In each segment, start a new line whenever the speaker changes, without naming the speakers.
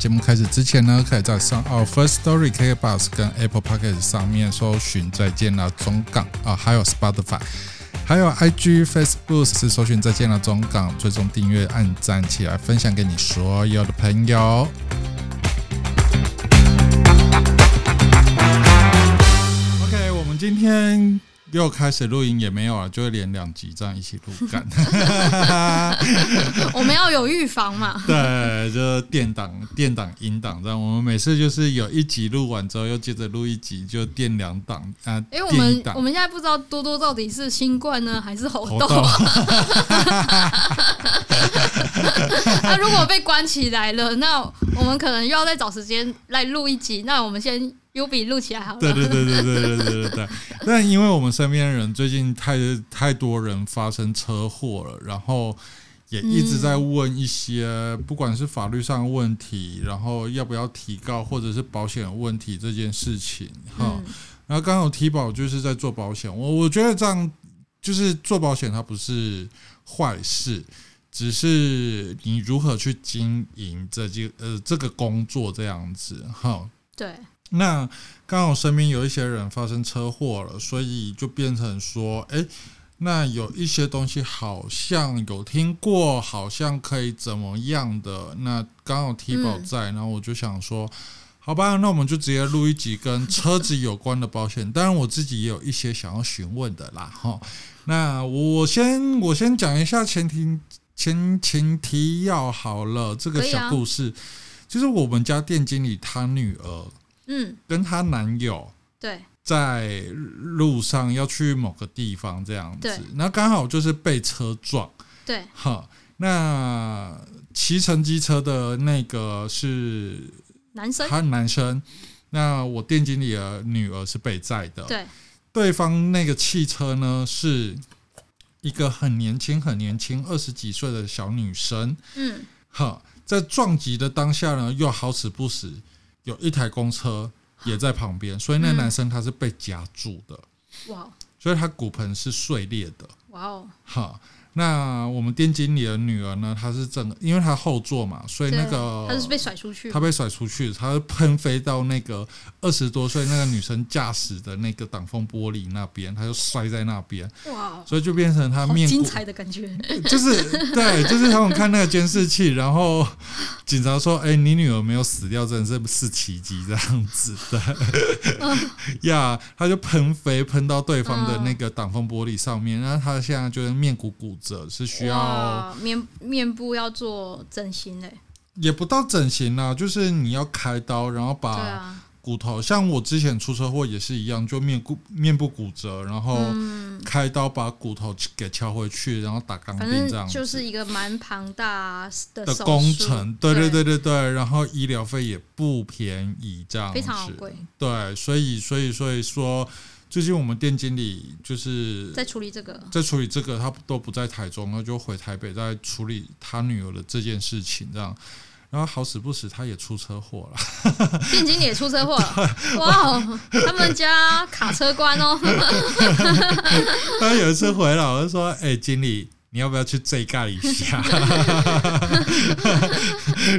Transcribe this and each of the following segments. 节目开始之前呢，可以在上澳 First Story、KK Bus 跟 Apple Podcast 上面搜寻“再见了中港”啊，还有 Spotify，还有 IG、Facebook 是搜寻“再见了中港”，最终订阅、按赞起来，分享给你所有的朋友。OK，我们今天又开始录音，也没有啊，就是连两集这样一起录干。
我们要有预防嘛。
对，就是电档、电档、音档这样。我们每次就是有一集录完之后，又接着录一集，就电两档啊，
因为我
电一
们我
档。
们现在不知道多多到底是新冠呢，还是猴
活
痘。
动
那如果被关起来了，那我们可能又要再找时间来录一集。那我们先 U 比录起来好
对
了。
对对对对对对对对。但因为我们身边的人最近太太多人发生车祸了，然后也一直在问一些、不管是法律上的问题，然后要不要提告，或者是保险的问题这件事情哈。
嗯，
然后刚好提保就是在做保险，我我觉得这样就是做保险，它不是坏事，只是你如何去经营这件呃这个工作这样子哈。
对，
那刚好身边有一些人发生车祸了，所以就变成说，诶，那有一些东西好像有听过，好像可以怎么样的。那刚好 T 宝
嗯
在，然后我就想说，好吧，那我们就直接录一集跟车子有关的保险。当然，我自己也有一些想要询问的啦，哈。那我先我先讲一下前提前前提要好了，这个
可以
小
啊
故事，就是我们家店经理他女儿。
嗯，
跟她男友
对，
在路上要去某个地方这样
对
子，那刚好就是被车撞，
对，
哈，那骑乘机车的那个是
男生，
他男生，那我店经理的女儿是被载的，
对，
对方那个汽车呢是一个很年轻很年轻二十几岁的小女生，
嗯，
哈，在撞击的当下呢，又好死不死有一台公车也在旁边，所以那
嗯
男生他是被夹住的，
哇哦
所以他骨盆是碎裂的。
哇哦，
哈，那我们店经理的女儿呢，她是整个，因为她后座嘛，所以那个
他是被甩出去
啊她。被甩出去，她喷飞到那个二十多岁那个女生驾驶的那个挡风玻璃那边，她就摔在那边，
哇，哦
所以就变成她
好
面
精
骨
彩的感觉。
就是对，就是他们看那个监视器，然后警察说：“哎、你女儿没有死掉，真的是是奇迹这样子的。 呀，他就喷飞喷到对方
嗯
的那个挡风玻璃上面，然后他现在就是面骨骨折，是需要
哇，面面部要做整形欸嘞。
也不到整形啦、就是你要开刀，然后
对
把
啊，
骨头，像我之前出车祸也是一样，就面骨面部骨折，然后
嗯，
开刀把骨头给敲回去，然后打钢
反
钉这样
正
子，
就是一个蛮庞大的
的
手
工
术
程，对对对对对，然后医疗费也不便宜，这样
非常昂
子
贵，
对，所以所以所以说，最近我们店经理就是
在处理这个，
在处理这个，他都不在台中，他就回台北在处理他女儿的这件事情，这样。然后好死不死，他也出车祸了。
店经理也出车祸了，哇哦，他们家卡车 关哦，
他有一次回来，我就说：“哎、经理，你要不要去追盖一下？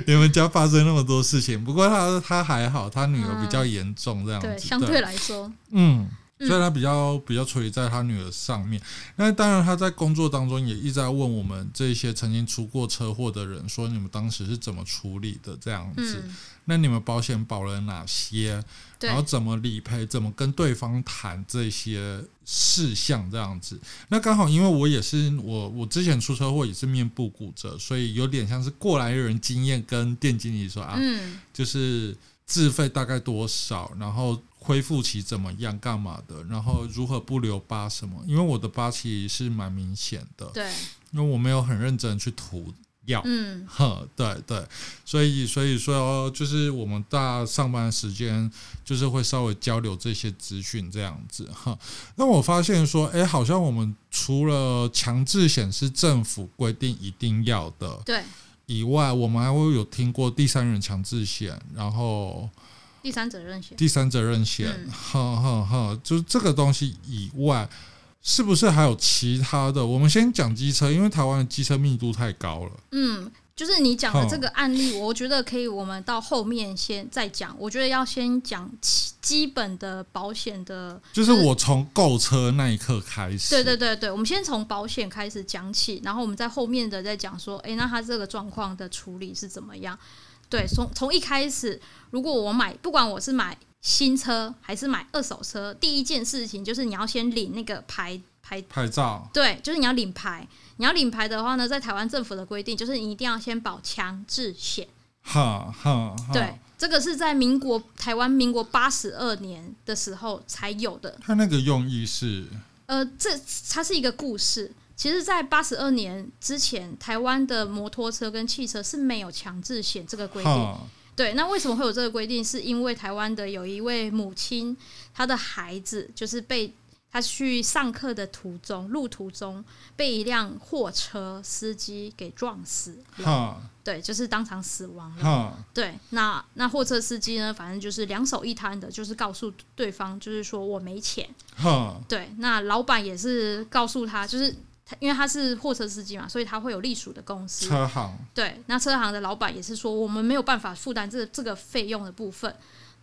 你们家发生那么多事情。”不过他他还好，他女儿比较严重，这样子。
嗯对，相对来说，
嗯，所
嗯
以他比较比较处理在他女儿上面。那当然，他在工作当中也一直在问我们这些曾经出过车祸的人，说你们当时是怎么处理的这样子？
嗯，
那你们保险保了哪些？
对
然后，怎么理赔？怎么跟对方谈这些事项这样子？那刚好因为我也是我我之前出车祸也是面部骨折，所以有点像是过来人经验跟店经理说啊，
嗯，
就是自费大概多少，然后恢复期怎么样，干嘛的，然后如何不留疤什么。因为我的疤其实是蛮明显的，
对，
因为我没有很认真去涂药。
嗯，
呵，对对，所以所以说，就是我们大上班时间，就是会稍微交流这些资讯这样子哈。那我发现说，诶，好像我们除了强制险是政府规定一定要的，
对，
以外，我们还会有听过第三人强制险，然后
第三责任险，
第三责任险，
嗯
哈哈哈，就是这个东西以外，是不是还有其他的？我们先讲机车，因为台湾的机车密度太高了。
嗯，就是你讲的这个案例，我觉得可以，我们到后面先再讲。我觉得要先讲基基本的保险的，
就是我从购车那一刻开始，
对对对对，我们先从保险开始讲起，然后我们在后面的再讲说，诶，那他这个状况的处理是怎么样？对，从从一开始，如果我买，不管我是买新车还是买二手车，第一件事情就是你要先领那个牌牌
拍照，
对，就是你要领牌。你要领牌的话呢，在台湾政府的规定就是你一定要先保强制险。
哈哈，哈
对，，这个是在民国台湾民国八十二年的时候才有的。
他那个用意是
呃，这它是一个故事。其实，在八十二年之前，台湾的摩托车跟汽车是没有强制险这个规定。
哈
对，那为什么会有这个规定？是因为台湾的有一位母亲，她的孩子就是被她去上课的途中，路途中被一辆货车司机给撞死了，
哈
对，就是当场死亡了。
哈，
对，那那货车司机呢，反正就是两手一摊的，就是告诉对方，就是说我没钱。
哈
对，那老板也是告诉他，就是他因为他是货车司机嘛，所以他会有隶属的公司。
车行
对，那车行的老板也是说，我们没有办法负担这这个费用的部分。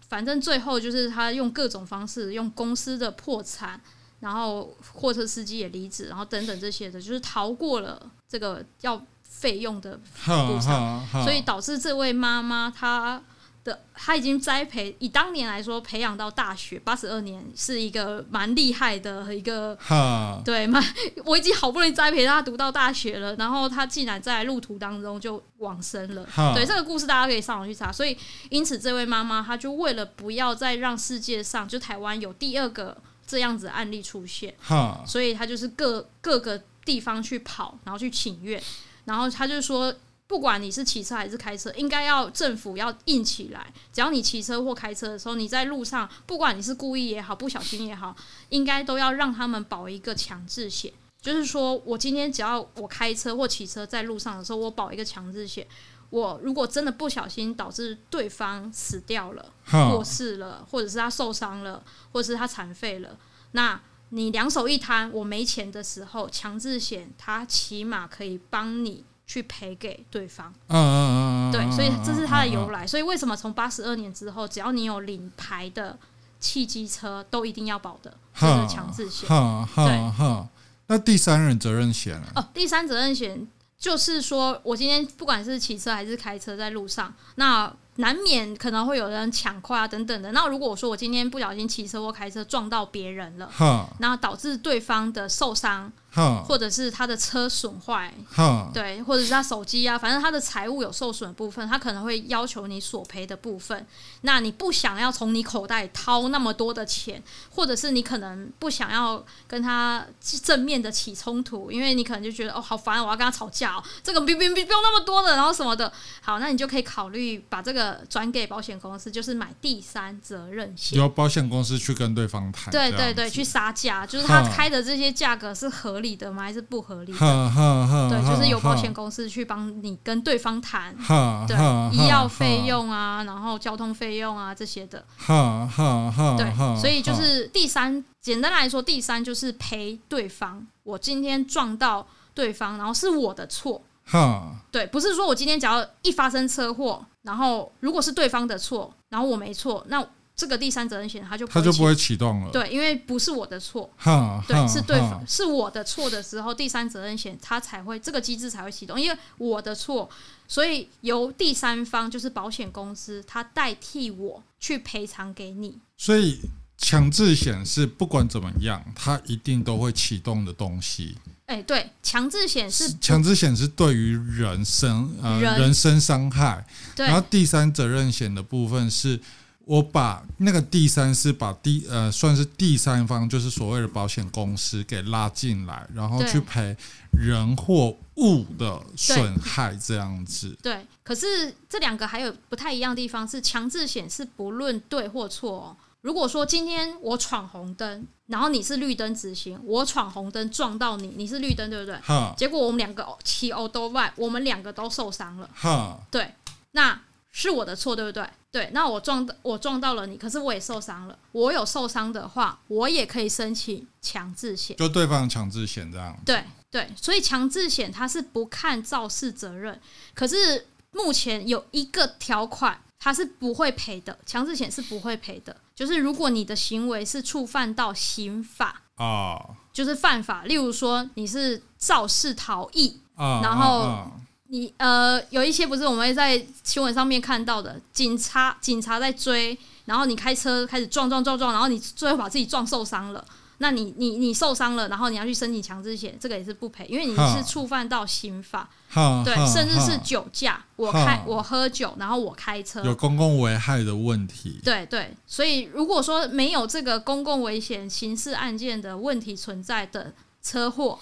反正最后就是他用各种方式，用公司的破产，然后货车司机也离职，然后等等这些的，就是逃过了这个要费用的
哈
补
哈
偿
哈，
所以导致这位妈妈她的呃她已经栽培，以当年来说培养到大学八十二年是一个蛮厉害的一个。
哈
对，蛮我已经好不容易栽培她读到大学了，然后她竟然在路途当中就往生了。
哈，
对这个故事，大家可以上网去查。所以，因此这位妈妈她就为了不要再让世界上就台湾有第二个这样子的案例出现，
哈
所以他就是各各个地方去跑，然后去请愿，然后他就说，不管你是骑车还是开车，应该要政府要硬起来，只要你骑车或开车的时候，你在路上，不管你是故意也好，不小心也好，应该都要让他们保一个强制险。就是说我今天只要我开车或骑车在路上的时候，我保一个强制险。我如果真的不小心导致对方死掉了，过
哈
世了，或者是他受伤了，或者是他残废了，那你两手一摊，我没钱的时候，强制险它起码可以帮你去赔给对方。
嗯嗯嗯嗯，
对，所以这是它的由
来。
来。所以为什么从八十二年之后，只要你有领牌的汽机车，都一定要保的，这
哈
是强制险。
哈哈
对
哈，那第三人责任险呢？
哦，第三责任险就是说我今天不管是骑车还是开车在路上，那难免可能会有人抢快啊等等的。那如果我说我今天不小心骑车或开车撞到别人了，
哈
那导致对方的受伤，
哈
或者是他的车损坏，
哈
对，或者是他手机啊，反正他的财物有受损的部分，他可能会要求你索赔的部分。那你不想要从你口袋掏那么多的钱，或者是你可能不想要跟他正面的起冲突，因为你可能就觉得哦好烦，我要跟他吵架哦，这个别别别不用那么多的，然后什么的。好，那你就可以考虑把这个转给保险公司，就是买第三责任险。
由保险公司去跟对方谈。
对对
这
对，
样
去
子。
杀价，就是他
哈
开的这些价格是合理的吗？还是不合理的？
哈哈哈，
对，就是由
哈
保险。公司去帮你跟对方谈，
哈，
对
哈，
医药
哈
费。用啊，然后交通费用啊这些的，
哈哈哈，
对
哈，
所以就是第三，简单来说，第三就是赔对方。我今天撞到对方，然后是我的错，
哈
对，不是说我今天只要一发生车祸，然后如果是对方的错，然后我没错，那这个第三责任险它就
它就
起
不会启动了。
对，因为不是我的错，
哈，哈
对，是对
哈
方是我的错的时候，第三责任险它才会这个机制才会启动，因为我的错，所以由第三方就是保险公司，它代替我去赔偿给你。
所以强制险是不管怎么样，它一定都会启动的东西。
哎、对，强制险是
强制险是对于人身呃
人
人身伤害，
对
然后第三责任险的部分是，我把那个第三是把第呃算是第三方，就是所谓的保险公司给拉进来，然后
对
去赔人或物的损害这样子。
对，可是这两个还有不太一样的地方是，强制险是不论对或错、哦。如果说今天我闯红灯，然后你是绿灯直行，我闯红灯撞到你，你是绿灯，对不对？
哈
哦结果我们两个骑 o 都外，我们两个都受伤了。
哈
对，那是我的错，对不对？对，那我撞到我撞到了你，可是我也受伤了。我有受伤的话，我也可以申请强制险。
就对方强制险这样。
对对，所以强制险它是不看肇事责任，可是目前有一个条款它是不会赔的，强制险是不会赔的。就是如果你的行为是触犯到刑法，
啊
就是犯法，例如说你是肇事逃逸，
啊，
然后
啊
你呃有一些不是我们会在新闻上面看到的，警察警察在追，然后你开车开始撞撞撞撞，然后你最后把自己撞受伤了。那你你你受伤了，然后你要去申请强制险，这个也是不赔，因为你
哈
是触犯到刑法，
啊
对
哈，
甚至
哈
是酒驾，我
哈
开我喝酒，然后我开车，
有公共危害的问题。
对对，所以如果说没有这个公共危险刑事案件的问题存在的车祸，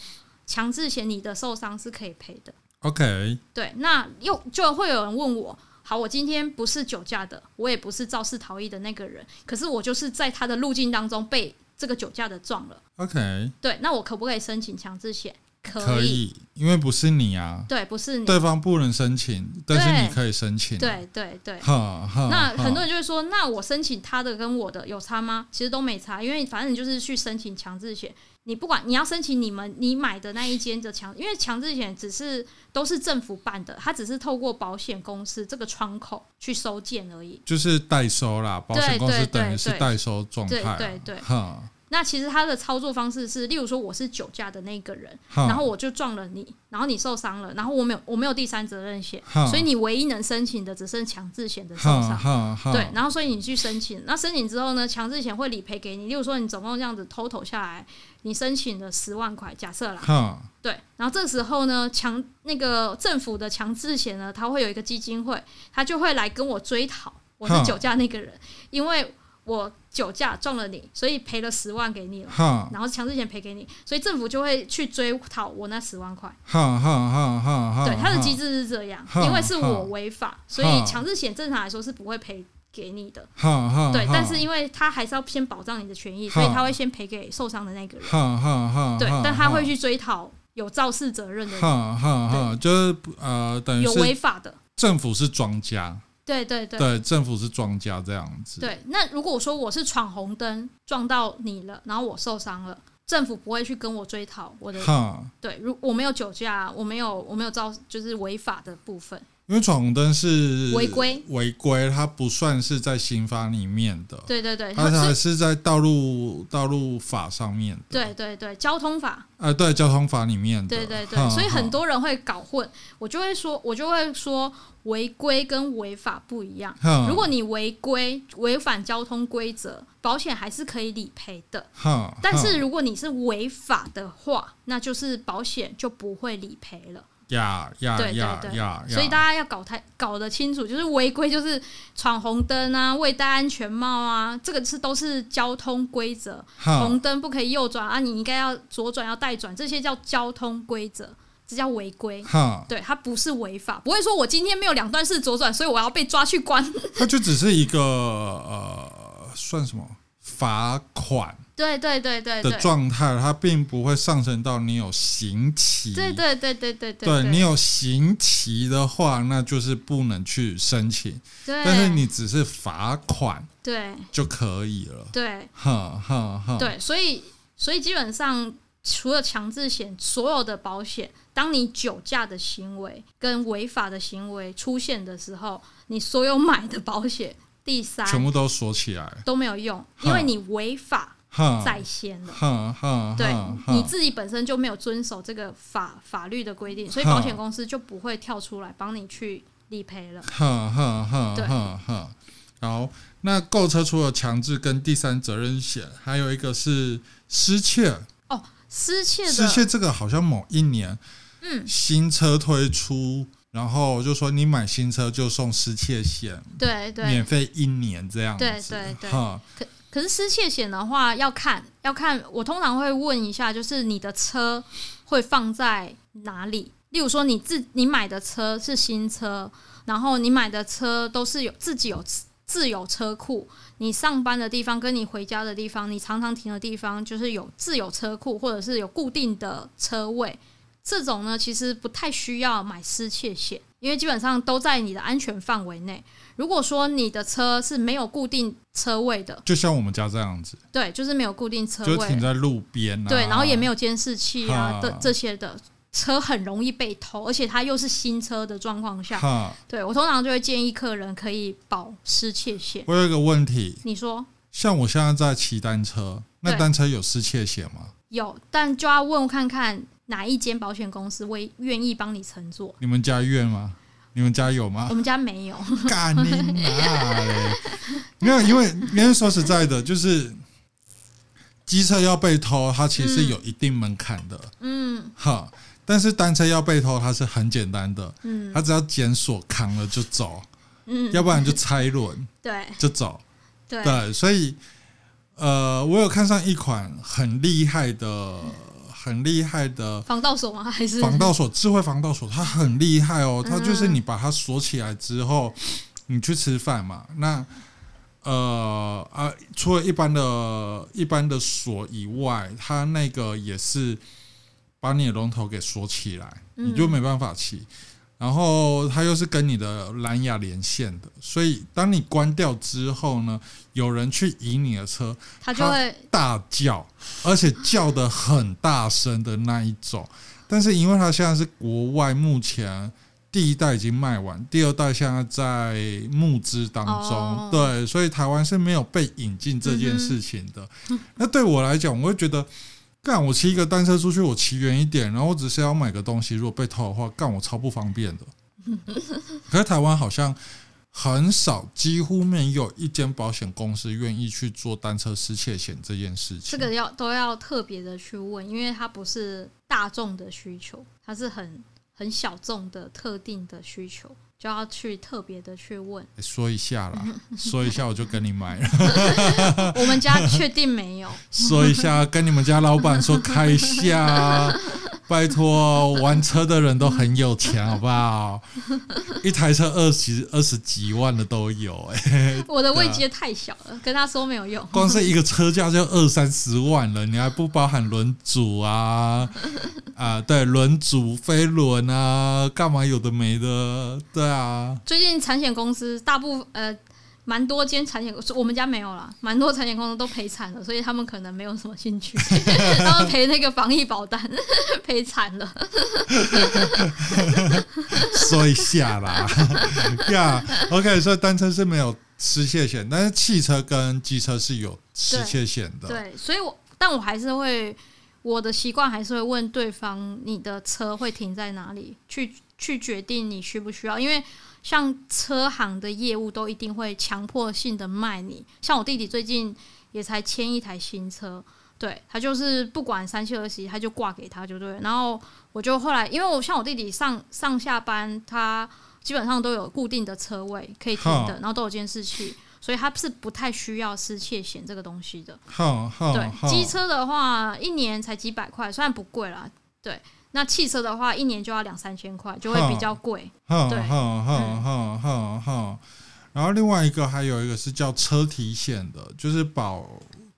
强制险你的受伤是可以赔的。
OK，
对，那又就会有人问我，好，我今天不是酒驾的，我也不是肇事逃逸的那个人，可是我就是在他的路径当中被这个酒驾的撞了。
OK，
对，那我可不可以申请强制险？可
可以，因为不是你啊，
对，不是你，
对方不能申请，但是
对
你可以申请。，啊
对对对。
哈哈。
那
哈
很多人就会说，那我申请他的跟我的有差吗？其实都没差，因为反正你就是去申请强制险，你不管你要申请你们你买的那一间的强，因为强制险只是都是政府办的，它只是透过保险公司这个窗口去收件而已。
就是代收啦，保险公司
对对
等于是
对
代收状态
对
啊。
对对
哈
那其实它的操作方式是，例如说我是酒驾的那个人，
哈。
然后我就撞了你，然后你受伤了，然后我没有我没有第三责任险，
哈
所以你唯一能申请的只剩强制险的受
哈
伤。
哈哈。
对，然后所以你去申请，那申请之后呢，强制险会理赔给你。例如说，你总共这样子 total 下来，你申请了十万块，假设啦，
哈
对。然后这时候呢，强那个政府的强制险呢，它会有一个基金会，它就会来跟我追讨我是
哼
酒驾那个人，因为我酒驾撞了你，所以赔了十万给你了，
哈
然后强制险赔给你，所以政府就会去追讨我那十万块。
哈哈哈哈哈。
对，它的机
制。
制是这样，
哼
因为是我
哼
违法，所以
哼
强制险正常来说是不会赔给你的。
哈哈。
对，
哈
但是因为他还是要先保障你的权益，
哈
所以他会先赔给受伤的那个人。
哈哈哈。
对
哈，
但他
哈
会去追讨有肇事责任的人、
哈哈哈，就是呃，等于
有
啊
违
是
法的。
政府是庄家，
对对对
对，政府是庄家这样子。
对。那如果我说我是闯红灯撞到你了，然后我受伤了，政府不会去跟我追讨我的。
哈，
对，如我没有酒驾，我没有我没有肇就是违法的部分。
因为闯红灯是
违规，
违规它不算是在刑法里面的，
对对对，
它还
是
是在道路道路法上面的。
对对对，交通法
啊，对，交通法里面的。
对对
哈
对，所以很。
哈
多人会搞混，我就会说，我就会说违规跟违法不一样。
哈
如果你违规违反交通规则，保险还是可以理赔
嗯
的。
哈，
但是
哈
如果你是违法的话，那就是保险就不会理赔了。
呀呀
对对
啊呀
对
呀，
所以
呀
大家要搞太搞得清楚，就是违规就是闯红灯啊、未戴安全帽啊，这个是都是交通规则。
哈
红灯不可以右转啊，你应该要左转要带转，这些叫交通规则，这叫违规。
哈，
对，它不是违法，不会说我今天没有两段式左转，所以我要被抓去关。
它就只是一个呃，算什么罚款
对对对对对
的，状态，它并不会上升到你有刑期。
对对对对
对
对对，
你有刑期的话，那就是不能去申请，
对，
但是你只是罚款
对
就可以了。
对
哈哈哈！
对，所以所以基本上除了强制险，所有的保险，当你酒驾的行为跟违法的行为出现的时候，你所有买的保险第三
全部嗯都锁起来。
都没有用，因为
哈
你违法
哈
在先了。
哈哈！
对
哈，
你
哈
自己本身就没有遵守这个法法律的规定，所以
哈
保险公司就不会跳出来帮你去理赔了。
哈哈哈
对
哈哈。好，那购车除了强制跟第三责任险，还有一个是失窃。
失窃的，
失窃这个好像某一年
嗯，
新车推出，然后就说你买新车就送失窃险，
对对
免。费一年这样子。
对对对
哈
可是失窃险的话，要看要看，我通常会问一下，就是你的车会放在哪里？例如说，你自你买的车是新车，然后你买的车都是有自己有自自有车库，你上班的地方跟你回家的地方，你常常停的地方，就是有自有车库或者是有固定的车位。这种呢，其实不太需要买失窃险，因为基本上都在你的安全范围内。如果说你的车是没有固定车位的，
就像我们家这样子，
对，就是没有固定车
就
位，
停在路边啊，
对，然后也没有监视器啊
哈
的这些的，车很容易被偷，而且它又是新车的状况下，
哈，
对我通常就会建议客人可以保失窃险。
我有一个问题，
你说
像我现在在骑单车，那
对
单车有失窃险吗？
有，但就要问看看哪一间保险公司会愿意帮你乘坐。
你们家院吗？你们家有吗
我？们家没有，
干你妈嘞！没有，因为因为说实在的，就是机车要被偷，它其实是有一定门槛的，
嗯
哈。但是单车要被偷，它是很简单的，
嗯
它只要检索扛了就走，
嗯，
要不然就拆轮
对
就走。
对
对，所以呃，我有看上一款很厉害的、很厉害的
防盗锁吗？还是嗯
防盗锁，智慧防盗锁，它很厉害哦。它就是你把它锁起来之后，你去吃饭嘛。那呃啊，除了一般的、一般的锁以外，它那个也是把你的龙头给锁起来，
嗯
你就没办法骑。然后它又是跟你的蓝牙连线的，所以当你关掉之后呢，有人去移你的车，
他就会
大叫，而且叫的很大声的那一种。但是因为它现在是国外，目前第一代已经卖完，第二代现在在募资当中，
哦
对，所以台湾是没有被引进这件事情的。那对我来讲，我会觉得。干，我骑一个单车出去，我骑远一点，然后我只是要买个东西，如果被偷的话，干我超不方便的。可是台湾好像很少，几乎没有一间保险公司愿意去做单车失窃险这件事情。
这个要都要特别的去问，因为它不是大众的需求，它是很很小众的特定的需求，就要去特别的去问。
欸说一下啦，说一下我就跟你买了，
我们家确定没有，
说一下跟你们家老板说开一下啊，拜托，玩车的人都很有钱，好不好？一台车二十二十几万的都有、欸，
我的位阶太小了，跟他说没有用。
光是一个车价就二三十万了，你还不包含轮组啊啊，对，轮组、飞轮啊，干嘛有的没的，对啊，
最近产险公司大部分呃。蛮多间产险，公司，我们家没有啦，蛮多产险公司都赔惨了，所以他们可能没有什么兴趣， 他们赔那个防疫保单 赔惨了。
说一下啦，呀、yeah,，OK，所以单车是没有失窃险，但是汽车跟机车是有失窃险的，
对，所以我但我还是会我的习惯还是会问对方你的车会停在哪里，去去决定你需不需要，因为。像车行的业务都一定会强迫性的卖你，像我弟弟最近也才签一台新车，对他就是不管三七二十一，他就挂给他就对了。然后我就后来，因为我像我弟弟上上下班，他基本上都有固定的车位可以停的，然后都有监视器，所以他是不太需要失窃险这个东西的。
好好
对，
哦好，
机车的话一年才几百块，虽然不贵啦，对。那汽车的话，一年就要两三千块，就会比较贵。
好
对嗯
好好好好好，然后另外一个还有一个是叫车体险的，就是保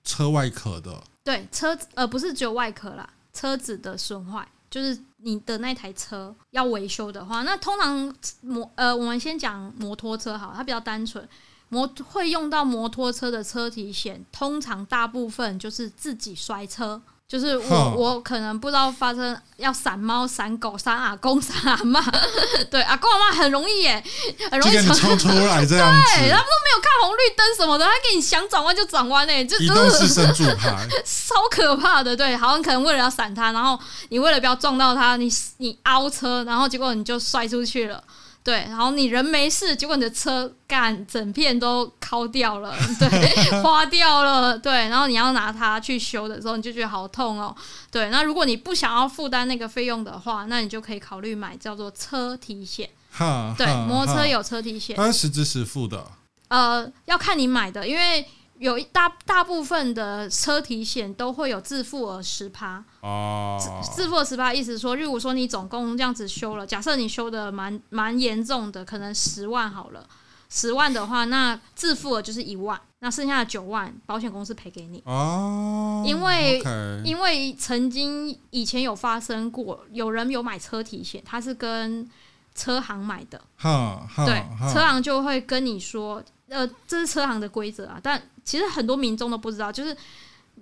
车外壳的。
对，车子呃不是只有外壳啦，车子的损坏，就是你的那台车要维修的话，那通常摩呃我们先讲摩托车好了，它比较单纯。摩会用到摩托车的车体险，通常大部分就是自己摔车，就是我
哼
我可能不知道发生要闪猫、闪狗、闪阿公、闪阿妈， 对阿公阿妈很容易耶，很容
就
易
给你
从
冲出来这样
对，他
子，
们都没有 看红绿灯什么的，他给你想转弯就转弯哎，就
移
就
动式
是
深柱牌，
超可怕的，对，好像可能为了要闪他，然后你为了不要撞到他，你你凹车，然后结果你就摔出去了，对，然后你人没事，结果你的车干整片都敲掉了， 对，花掉了，对，然后你要拿它去修的时候，你就觉得好痛哦，对，那如果你不想要负担那个费用的话，那你就可以考虑买叫做车体险，
哈，
对，
哈
摩托车，有车体险
哈，它是实支实付的，
呃，要看你买的，因为有一大大部分的车体险都会有自付额十趴，
哦，
自付额十趴意思说，例如说你总共这样子修了，假设你修的蛮蛮严重的，可能十万好了，十万的话，那自付额就是一万，那剩下的九万保险公司赔给你。
哦，
因为
OK，
因为曾经以前有发生过，有人有买车体险，他是跟车行买的，
哈哈，
对，
哈
车行就会跟你说，呃，这是车行的规则啊。但其实很多民众都不知道，就是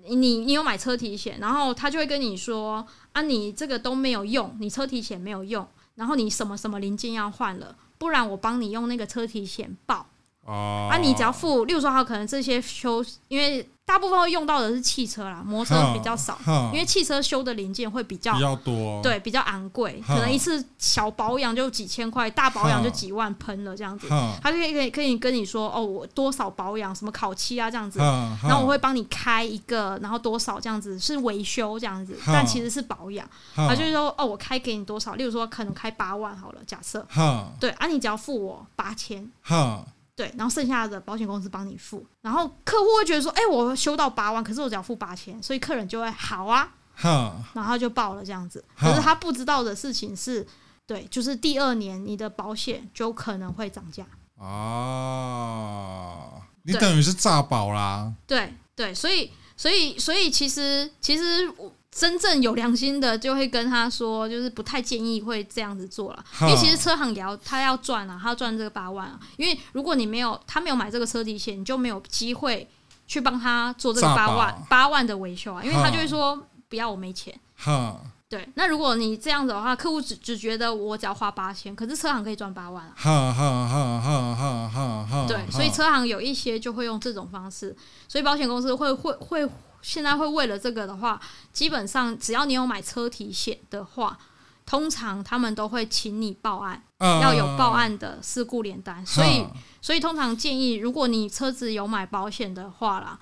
你你有买车体险，然后他就会跟你说啊，你这个都没有用，你车体险没有用，然后你什么什么零件要换了，不然我帮你用那个车体险报。
哦，
啊，你只要付，例如说，它可能这些修，因为大部分会用到的是汽车啦，摩托车比较少，
哈，
因为汽车修的零件会嗯比较嗯
比较多，
对比较昂贵，
哈
可能一次小保养就几千块，大保养就几万喷了这样子。
哈，
他就可以可以可以跟你说哦，我多少保养，什么烤漆啊这样子，
哈，哈，
然后我会帮你开一个，然后多少这样子是维修这样子，
哈
但其实是保养。
哈
他就是说哦，我开给你多少，例如说可能开八万好了，假设
哈
对啊，你只要付我八千，
哈，
对，然后剩下的保险公司帮你付，然后客户会觉得说，哎、我修到八万，可是我只要付八千，所以客人就会好啊，
哈，
然后他就报了这样子。
哈
可是他不知道的事情是，对，就是第二年你的保险就可能会涨价，
啊，你
对
等于是诈保啦，
对对，所以所以所以其实其实我真正有良心的就会跟他说，就是不太建议会这样子做了，因为
哈
其实车行也要他要赚啊，他要赚这个八万啊，因为如果你没有他没有买这个车底险，你就没有机会去帮他做这个
诈
八
保
万八万的维修啊，因为
哈
他就会说不要我没钱。
哈
对，那如果你这样子的话，客户只只觉得我只要花八千，可是车行可以赚八万啊。
哈哈哈哈哈哈哈，
对，所以
哈
车行有一些就会用这种方式，所以保险公司会会会现在会为了这个的话，基本上只要你有买车体险的话，通常他们都会请你报案，
啊
要有报案的事故联单，所以
嗯
所以通常建议，如果你车子有买保险的话啦，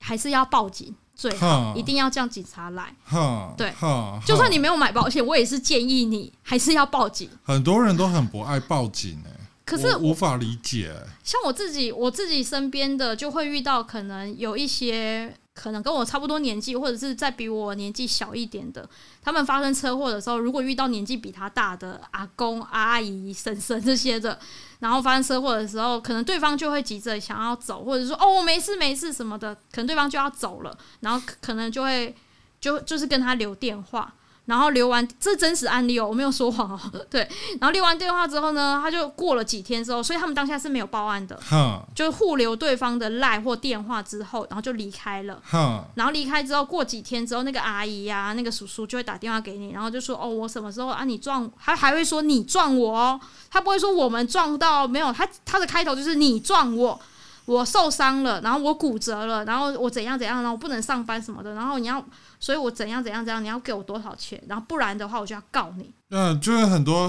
还是要报警，最好
哈
一定要叫警察来。
嗯哈
对
哈，
就算
你
你没有买保险，我也是建议你还是要报警。
很多人都很不爱报警哎、
可是
我无法理解欸、
像我自己，我自己身边的就会遇到，可能有一些可能跟我差不多年纪，或者是再比我年纪小一点的，他们发生车祸的时候，如果遇到年纪比他大的阿公、阿姨、婶婶这些的，然后发生车祸的时候，可能对方就会急着想要走，或者说哦我没事没事什么的，可能对方就要走了，然后可可能就会就就是跟他留电话。然后留完这是真实案例哦，我没有说谎哦。 对，然后留完电话之后呢，他就过了几天之后，所以他们当下是没有报案的，
哈
就互留对方的赖或电话之后，然后就离开了。
哈
然后离开之后，过几天之后，那个阿姨呀、那个叔叔就会打电话给你，然后就说：“哦，我什么时候啊？你撞我他还会说你撞我哦，他不会说我们撞到没有，他他的开头就是你撞我，我受伤了，然后我骨折了，然后我怎样怎样，然后我不能上班什么的，然后你要，所以我怎样怎样怎样，你要给我多少钱，然后不然的话我就要告你。”
嗯，就是很多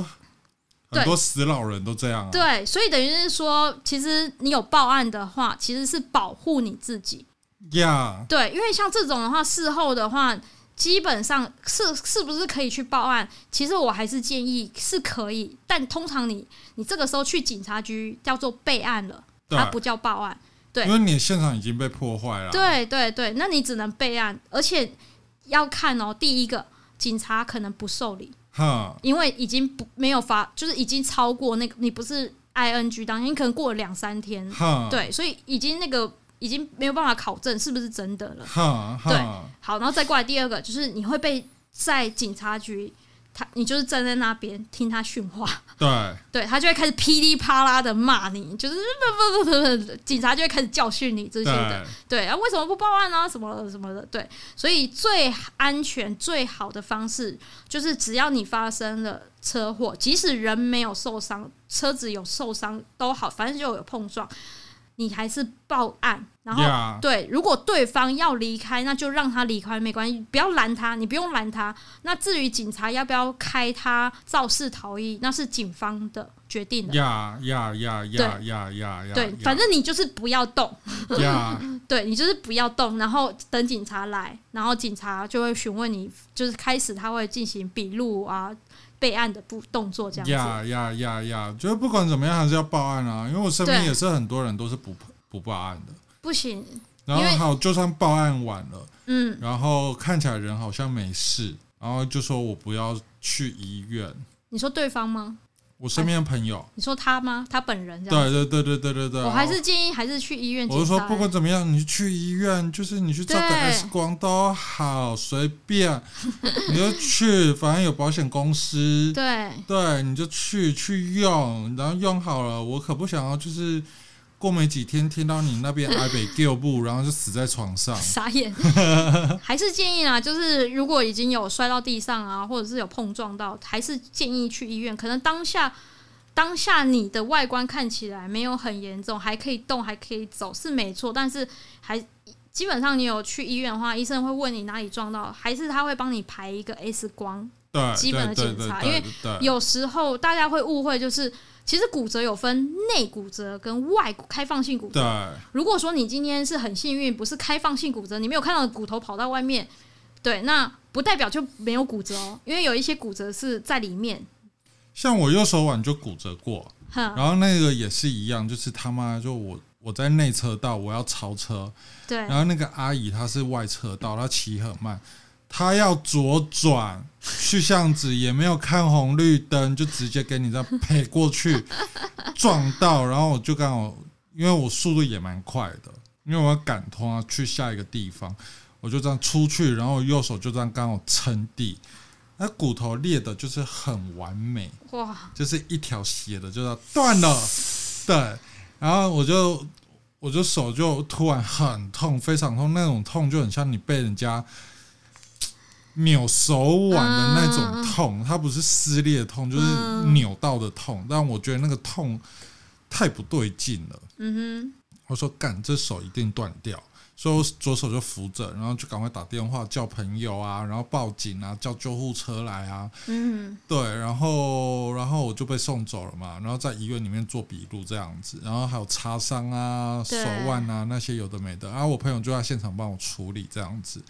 很
对
多死老人都这样、啊，
对，所以等于是说，其实你有报案的话，其实是保护你自己。
呀
对，因为像这种的话，事后的话，基本上是是不是可以去报案？其实我还是建议是可以，但通常你你这个时候去警察局叫做备案了，
对啊
它不叫报案。对
因为你的现场已经被破坏了，
对对对，那你只能备案，而且要看哦，第一个警察可能不受理，
哈
因为已经不没有发，就是已经超过那个你不是 ing 当天，你可能过了两三天了，
哈，
对，所以已经那个已经没有办法考证是不是真的了。
哈哈，
好，然后再过来第二个，就是你会被在警察局，他你就是站在那边听他训话，
对
对他就会开始噼里啪啦的骂你，就是不不不不不，警察就会开始教训你这些的，
对
对啊，为什么不报案啊，什么什么的，对，所以最安全最好的方式就是只要你发生了车祸，即使人没有受伤，车子有受伤都好，反正就有碰撞，你还是报案，然后
呀
对，如果对方要离开，那就让他离开，没关系，不要拦他，你不用拦他。那至于警察要不要开他肇事逃逸，那是警方的决定的。
呀呀呀呀呀呀呀，
对，反正你就是不要动，
正呀
对你就是不要动，然后等警察来，然后警察就会询问你，就是开始他会进行笔录啊、备案的步动作这样子。
呀呀呀呀，就是不管怎么样还是要报案啊，因为我身边
对
也是很多人都是不不报案的，
不行，
然后
因为
好就算报案晚了，
嗯，
然后看起来人好像没事，然后就说我不要去医院，
你说对方吗？
我身边的朋友，
你说他吗？他本人啊这样？
对对对对对对对，
我还是建议还是去医院检
我
查。
是说，不管怎么样，你去医院，就是你去照个
对
X 光都好，随 便，你就去，反正有保险公司，
对
对，你就去去用，然后用好了，我可不想要就是过没几天听到你那边挨北救步，然后就死在床 上。
傻眼，还是建议啊，就是如果已经有摔到地上啊，或者是有碰撞到，还是建议去医院。可能当下当下你的外观看起来没有很严重，还可以动，还可以走是没错，但是还基本上你有去医院的话，医生会问你哪里撞到，还是他会帮你排一个 X 光
对，
基本的
对对
检查
对
因为
对对
有时候大家会误会，就是其实骨折有分内骨折跟外骨开放性骨折。
对
如果说你今天是很幸运，不是开放性骨折，你没有看到骨头跑到外面，对，那不代表就没有骨折哦，因为有一些骨折是在里面。
像我右手腕就骨折过，
哼，
然后那个也是一样，就是他妈就我我在内车道，我要超车，
对
然后那个阿姨她是外车道，她骑很慢，她要左转去巷子，也没有看红绿灯，就直接给你这样撇过去，撞到，然后我就刚好，因为我速度也蛮快的，因为我要赶通啊去下一个地方，我就这样出去，然后我右手就这样刚好撑地，那骨头裂的就是很完美。
哇，
就是一条斜的，就要断了。对，然后我就我就手就突然很痛，非常痛，那种痛就很像你被人家嗯扭手腕的那种痛，它不是撕裂的痛，就是
嗯
扭到的痛。但我觉得那个痛太不对劲了，
嗯
我说干，这手一定断掉。所以我左手就扶着，然后就赶快打电话叫朋友啊，然后报警啊，叫救护车来啊，
哼，嗯，
对，然后然后我就被送走了嘛，然后在医院里面做笔录这样子，然后还有擦伤啊、手
对
腕啊那些有的没的，然、后我朋友就在现场帮我处理这样子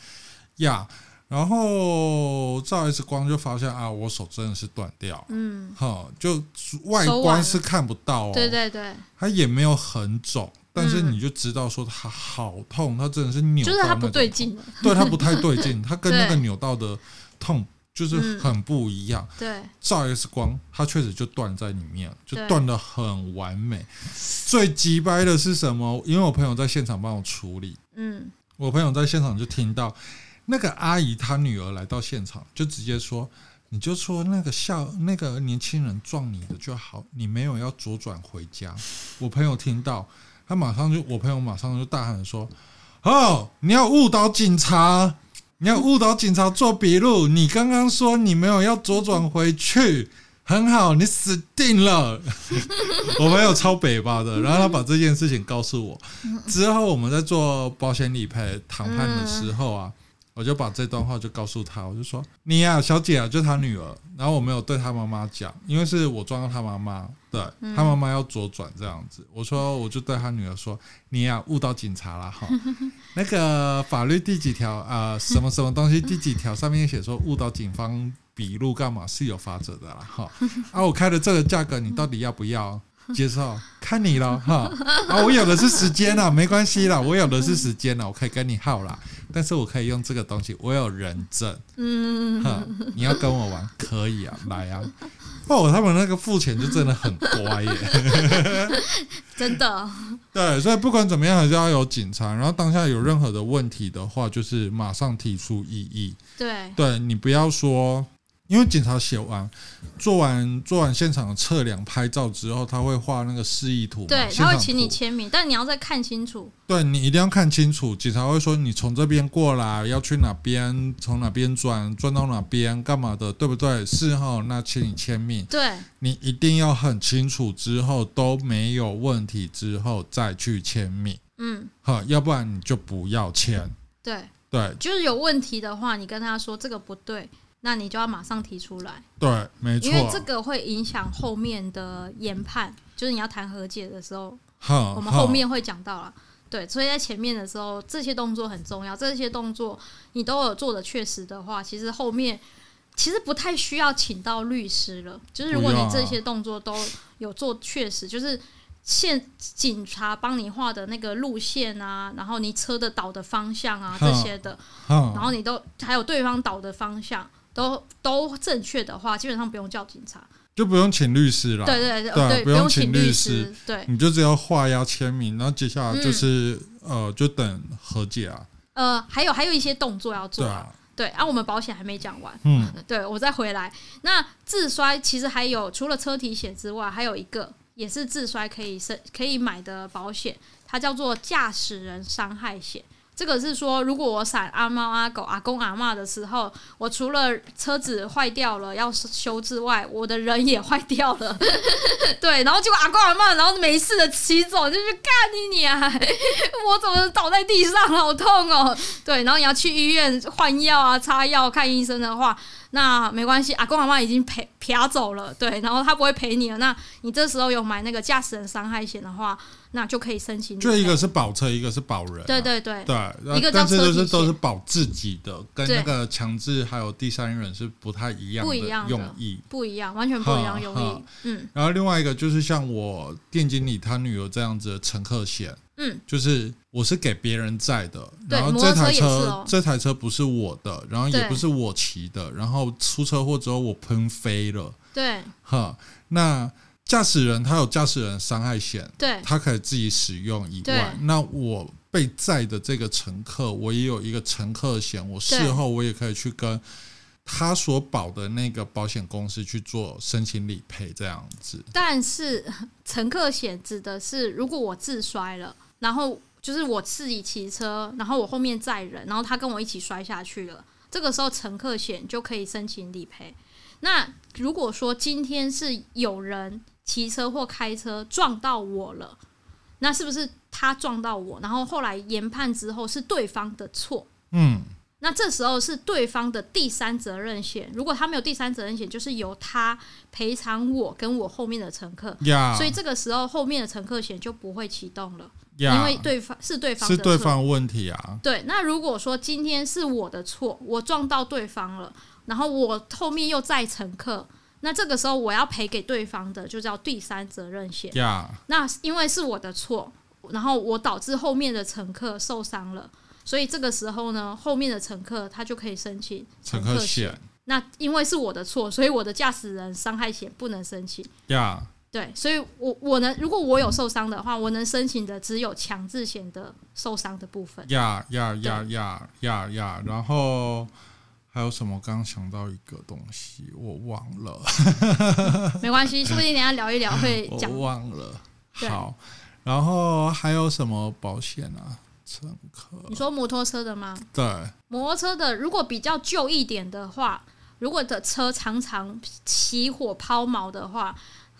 呀。然后照 X 光就发现啊，我手真的是断掉，
嗯，
哈、就外
手
观
腕
是看不到哦，
对对对，
它也没有很肿，但是
嗯
你就知道说它好痛，它真的是扭，
就是他不对，劲了，
对它不太对劲，它跟那个
对
扭到的痛就是
嗯
很不一样。
对，
照 X 光，它确实就断在里面，就
对
断的很完美。最鸡掰的是什么？因为我朋友在现场帮我处理，
嗯，
我朋友在现场就听到那个阿姨她女儿来到现场，就直接说：“你就说那个校那个年轻人撞你的就好，你没有要左转回家。”我朋友听到，他马上就我朋友马上就大喊说：“哦，你要误导警察！”你要误导警察做笔录，你刚刚说你没有要左转回去，很好，你死定了。 我朋友超北吧的，然后他把这件事情告诉我，之后我们在做保险理赔谈判的时候啊，我就把这段话就告诉他，我就说你呀、小姐啊，就她女儿。然后我没有对她妈妈讲，因为是我撞到她妈妈，对她妈妈要左转这样子。我说我就对她女儿说，你呀、误导警察啦哈。那个法律第几条啊、呃什么什么东西第几条上面写说误导警方笔录干嘛是有法则的啦哈。啊，我开的这个价格，你到底要不要？接受，看你了哈。啊，我有的是时间啦，没关系啦，我有的是时间啊啦，我可以跟你耗啦。但是我可以用这个东西，我有人证。
嗯，
哈，你要跟我玩可以啊，来啊。哦，他们那个付钱就真的很乖耶。
真的，
对，所以不管怎么样，还是要有警察。然后当下有任何的问题的话，就是马上提出异议。
对，
对你不要说，因为警察写完、做完、做完现场的测量、拍照之后，他会画那个示意图嘛，
对，
现
他会
场
请你
图
签名，但你要再看清楚，
对你一定要看清楚，警察会说你从这边过来，要去哪边，从哪边转，转到哪边，干嘛的，对不对？是哈，那请你签名，
对，
你一定要很清楚，之后都没有问题之后再去签名，
嗯，
哈，要不然你就不要签。
对，
对
就是有问题的话，你跟他说这个不对，那你就要马上提出来。
对，没错
因，为这个会影响后面的研判，就是你要谈和解的时候，
哈，
我们
哈
后面会讲到啦。对，所以在前面的时候，这些动作很重要，这些动作你都有做的确实的话，其实后面其实不太需要请到律师了。就是如果
不
你
用啊
这些动作都有做确实，就是现警察帮你画的那个路线啊，然后你车的导的方向啊
嗯
这些的，
哈，
然后你都还有对方导的方向都都正确的话，基本上不用叫警察。
就不用请律师了。
对对对
对啊
对，
不
用
用请律
律
师，
对，
你就只要画押签名，然后接下来就是、呃，就等和解啊，
呃，还有还有一些动作要做
对
啊，
啊，
对啊，我们保险还没讲完，
嗯，
对我再回来。那自摔其实还有除了车体险之外，还有一个也是自摔可以申可以买的保险，它叫做驾驶人伤害险。这个是说，如果我闪阿猫阿狗、阿公阿嬷的时候，我除了车子坏掉了要修之外，我的人也坏掉了。 对，然后结果阿公阿嬷，然后没事的骑走，就是干你你啊！我怎么倒在地上，好痛哦。对，然后你要去医院换药啊、擦药、看医生的话，那没关系，阿公阿妈已经赔赔走了，对，然后他不会赔你了。那你这时候有买那个驾驶人伤害险的话，那就可以申请理赔。
就一个是保车，一个是保人啊、
对对对
对，呃
一个叫
但是
车
都
体
是都
险
是保自己的，跟
对
那个强制还有第三人是不太一样
不一样的
用意。
不一样，完全不一样用
哈
意
哈。
嗯
然后另外一个就是像我店经理他女儿这样子的乘客险，
嗯，
就是我是给别人载的，
对
然后
摩
这
托车
台
也
车、
是哦
这台车不是我的，然后也
对
不是我骑的，然后出车祸之后我喷飞了，
对
哈，那驾驶人他有驾驶人伤害险，
对
他可以自己使用以
对
外，那我被载的这个乘客，我也有一个乘客险，我事
对
后我也可以去跟他所保的那个保险公司去做申请理赔，这样子。
但是 乘客险指的是，如果我自摔了，然后就是我自己骑车，然后我后面载人，然后他跟我一起摔下去了，这个时候乘客险就可以申请理赔。那如果说今天是有人骑车或开车撞到我了，那是不是他撞到我，然后后来研判之后是对方的错？
嗯，
那这时候是对方的第三责任险，如果他没有第三责任险，就是由他赔偿我跟我后面的乘客，
呀，
所以这个时候后面的乘客险就不会启动了，
呀
因为对方是对方的
是对
错
方的问题啊。
对，那如果说今天是我的错，我撞到对方了，然后我后面又载乘客，那这个时候我要赔给对方的就叫第三责任险。
呀，
那因为是我的错，然后我导致后面的乘客受伤了，所以这个时候呢，后面的乘客他就可以申请
乘
客
客。险
那因为是我的错，所以我的驾驶人伤害险不能申请。
呀，
对，所以我我能如果我有受伤的话，我能申请的只有强制险的受伤的部分。
呀呀呀呀呀呀，然后还有什么？刚刚想到一个东西，我忘了。
没关系，说不定等一下聊一聊会 讲
我忘了。
对
好，然后还有什么保险啊？乘客
你说摩托车的吗？
对
摩托车的如果比较旧一点的话，如果的车常常起火抛锚的话，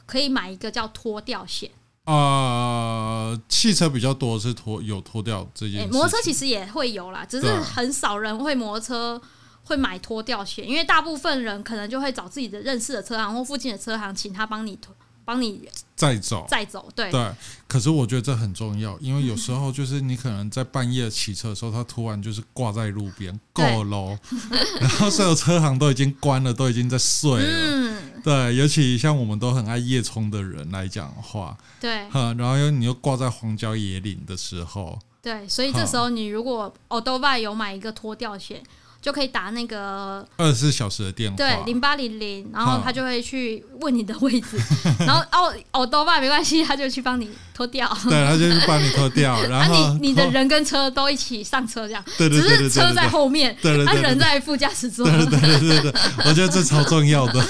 可以买一个叫脱掉险。
呃，汽车比较多是脱有脱掉这
诶、
件事情。
哎摩托车其实也啊会有啦，只是
对
很少人会摩托车。会买脱掉险，因为大部分人可能就会找自己的认识的车行或附近的车行，请他帮你脱帮你
再走。
载走。对，啊
对，可是我觉得这很重要，因为有时候就是你可能在半夜骑车的时候，它突然就是挂在路边，
对
够喽， 然后所有车行都已经关了，都已经在睡了。
嗯，
对，尤其像我们都很爱夜冲的人来讲的话，
对
哈，然后又你又挂在荒郊野岭的时候，
对，所以这时候你如果 o d o v a 有买一个脱掉险，就可以打那个
二十四小时的电话，
对，零八零零，然后
嗯
他就会去问你的位 置，然后哦哦，都吧，没关系，他就去帮你脱掉。
对，他就是帮你脱掉，然
啊，
后、
你你的人跟车都一起上车这样，
对对对
只
对对对
是车
对
在后面，
对对对
他
对
人在副驾驶座。
对对对对对对，我觉得这超重要的，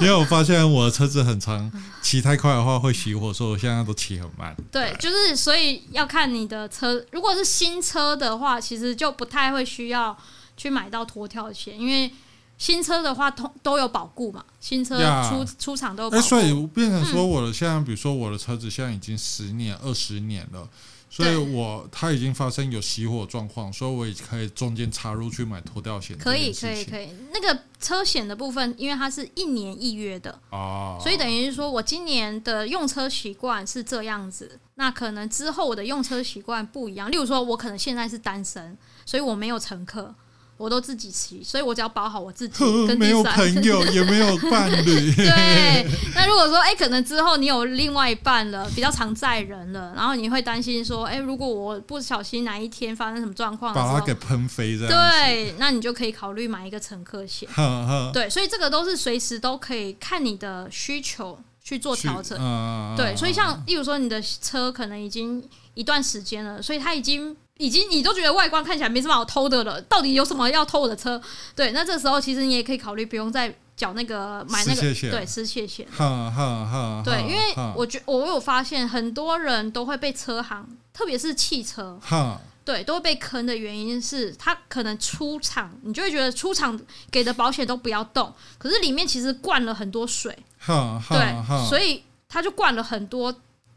因为我发现我的车子很长，骑太快的话会熄火，所以我现在都骑很慢。
对，就是所以要看你的车，如果是新车的话，其实就不太会需要去买到脱跳险，因为新车的话通都有保固嘛，新车
呀
出出厂都有保
哎，
固。
所以变成说我的现在，比如说我的车子现在已经十年、二十年了。所以
对
我它已经发生有熄火状况，所以我也可以中间插入去买脱掉险
可以可以
以
可以，那个车险的部分，因为它是一年一约的，
哦，
所以等于是说我今年的用车习惯是这样子，那可能之后我的用车习惯不一样。例如说，我可能现在是单身，所以我没有乘客，我都自己骑，所以我只要保好 我自己
呵
跟
没
第
有
三。
朋友，也没有伴侣，
对，那如果说哎、可能之后你有另外一半了，比较常载人了，然后你会担心说，哎、如果我不小心哪一天发生什么状况的时
把
候
他，给喷飞这样。
对，那你就可以考虑买一个乘客险。
呵呵，
对，所以这个都是随时都可以看你的需求去做调整。
嗯，
对，所以像例如说你的车可能已经一段时间了，所以它已经已经你都觉得外观看起来没什么好偷的了，到底有什么要偷我的车？对，那这时候其实你也可以考虑不用再缴那个买那个
失窃啊险
对失窃险。
哈哈哈，
对，因为
哈
我觉我有发现很多人都会被车行，特别是汽车，
哈
对，都会被坑的原因是他可能出厂，你就会觉得出厂给的保险都不要动，可是里面其实灌了很多水，
哈哈哈，
对，所以他就灌了很多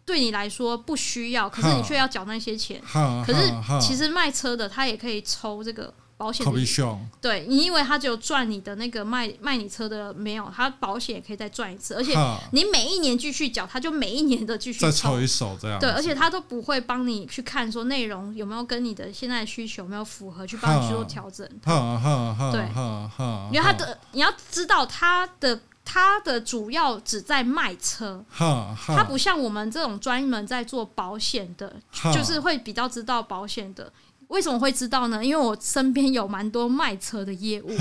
对你来说不需要，可是你却要缴那些钱。
啊哈，
可是其
实
实卖车的他也可以抽这个保险
特别
的，
凶，
对你以为他只有赚你的那个卖卖你车的没有，他保险也可以再赚一次，而且
哈
你每一年继续缴，他就每一年的继续
再
抽
抽一手这样。
对，而且他都不会帮你去看说内容有没有跟你的现在的需求有没有符合，去帮你去做调整。
哈哈哈，
对
哈啊哈，
因为他的你要知道他的他的主要只在卖车，
哈哈，
他不像我们这种专门在做保险的，
哈
就是会比较知道保险的。为什么会知道呢？因为我身边有蛮多卖车的业务，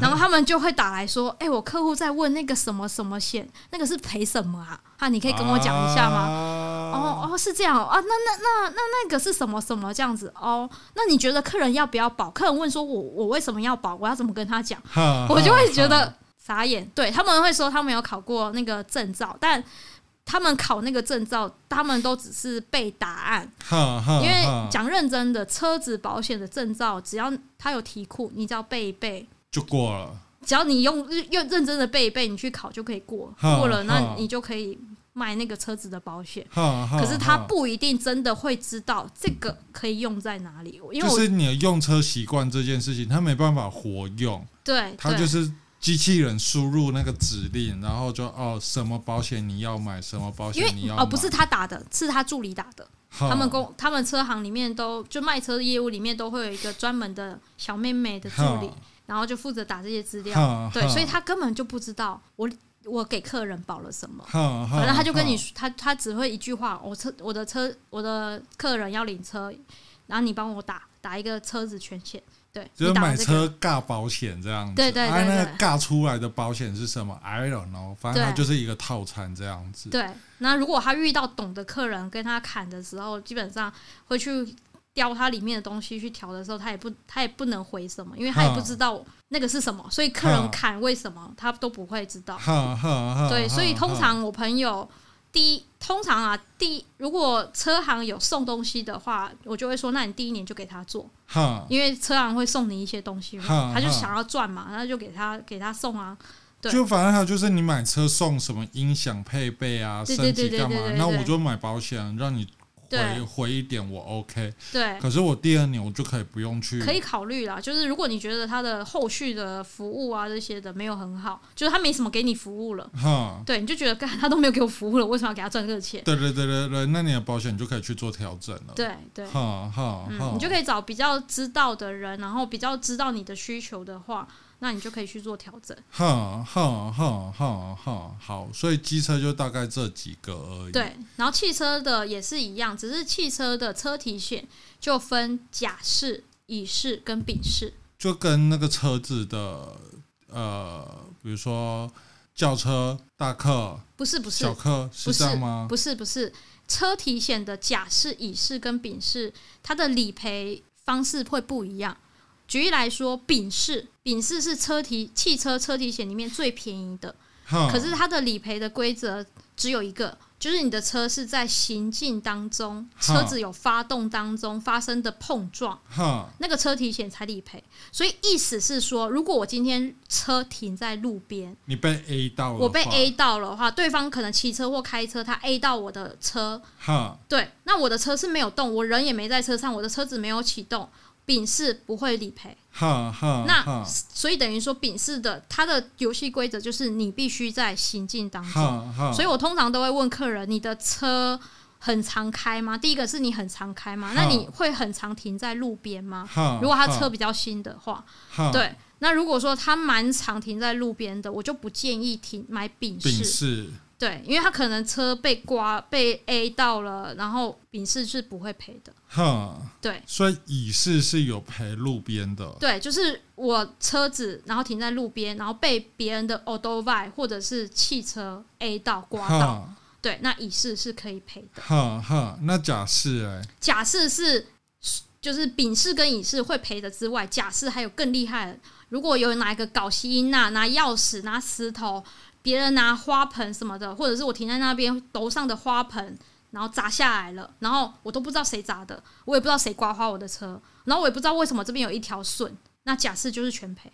然后他们就会打来说：“哎、我客户在问那个什么什么险，那个是赔什么啊？啊，你可以跟我讲一下吗？”
吗？
哦哦，是这样哦啊，那那那那那个是什么什么这样子哦？那你觉得客人要不要保？客人问说我我为什么要保？我要怎么跟他讲？
啊哈，
我就会觉
哈
得傻眼。对他们会说他们有考过那个证照，但他们考那个证照，他们都只是背答案，
哈啊哈，
因为
哈
讲认真的，车子保险的证照，只要他有题库，你只要背一背。
就过了。
只要你用用认真的背一背，你去考就可以过，
哈
过了那
哈
你就可以卖那个车子的保险。
哈哈，
可是他
哈，
不一定真的会知道这个可以用在哪里，因为
就
我
是你的用车习惯这件事情，他没办法活用，
对
他就
对
是。机器人输入那个指令，然后就哦，什么保险你要买，什么保
因
险你
为
要买。
哦不是他打的，是他助理打的。
哈，
他们公他们车行里面都就卖车业务里面都会有一个专门的小妹妹的助理
哈，
然后就负责打这些资料。
哈，
对，
哈
所以他根本就不知道我我给客人保了什么。
哈，
反正他就跟你
哈，
说，他他只会一句话：我车我的车我的客人要领车，然后你帮我打打一个车子全险。对，
就
你
是
打
买
了这个
车尬保险这样子。
对对对
啊，那个
对
尬出来的保险是什么？I don't know，反正它就是一个套餐这样子。
对，那如果他遇到懂的客人跟他砍的时候，基本上会去雕它里面的东西去调的时候，他也不他也不能回什么，因为他也不知道那个是什么，所以客人
嗯
砍为什么他都不会知道。
哈哈哈。
对，
哈
所以通
哈
常我朋友第一，通常啊，第一如果车行有送东西的话，我就会说，那你第一年就给他做，
哈
因为车行会送你一些东西嘛，
嗯
他就
嗯
想要赚嘛，那就给他给他送啊，对
就反正还有就是你买车送什么音响配备啊，
对
升
对
级
对
干嘛
对对？对
那
对
我就买保险让你
对
回回一点，我 OK。
对。
可是我第二年我就可以不用去，
可以考虑啦。就是如果你觉得它的后续的服务啊这些的没有很好，就是它没什么给你服务了，
哈。
对，你就觉得干他都没有给我服务了，为什么要给他赚这个钱？
对对对对对，那你的保险就可以去做调整了。
对对，
哈，哈哈
嗯，你就可以找比较知道的人，然后比较知道你的需求的话，那你就可以去做调整。
嗯哈哈哈哈哈，好，所以机车就大概这几个而已。，
对，然后汽车的也是一样，只是汽车的车体险就分甲式、乙式跟丙式。
就跟那个车子的呃，比如说轿车、大客、
不是不是
小，客
不
是
是
这样吗？
不是不是，车体险的甲式、乙式跟丙式，它的理赔方式会不一样。举例来说，丙式，丙式是车体汽车车体险里面最便宜的，
哈，
可是它的理赔的规则只有一个，就是你的车是在行进当中，
哈
车子有发动当中发生的碰撞，
哈
那个车体险才理赔。所以意思是说，如果我今天车停在路边，
你被 A 到了，
我被 A 到了的话，对方可能骑车或开车，他 A 到我的车，
哈
对，那我的车是没有动，我人也没在车上，我的车子没有启动，丙式不会理赔。
哈哈，
那
哈
所以等于说，丙式的它的游戏规则就是你必须在行进当中。
哈哈，
啊所以
以
我通常都会问客人，你的车很常开吗？第一个是你很常开吗？那你会很常停在路边吗？
哈
如果他车比较新的话，
哈
对。那如果说他蛮常停在路边的，我就不建议停买丙
丙
式，
式
对，因为他可能车被刮被 A 到了，然后丙式是不会赔的，
哈，
对
所以乙式是有陪路边的，
对，就是我车子然后停在路边，然后被别人的 o d o v i 或者是汽车 A 到刮到，
哈
对，那乙式是可以赔的。
哈哈。那甲式哎、
假设是就是丙式跟乙式会赔的之外，假设还有更厉害的，如果有哪一个搞吸音呐，拿钥匙、拿石头，别人拿花盆什么的，或者是我停在那边楼上的花盆。然后砸下来了，然后我都不知道谁砸的，我也不知道谁刮花我的车，然后我也不知道为什么这边有一条损，那假释就是全赔，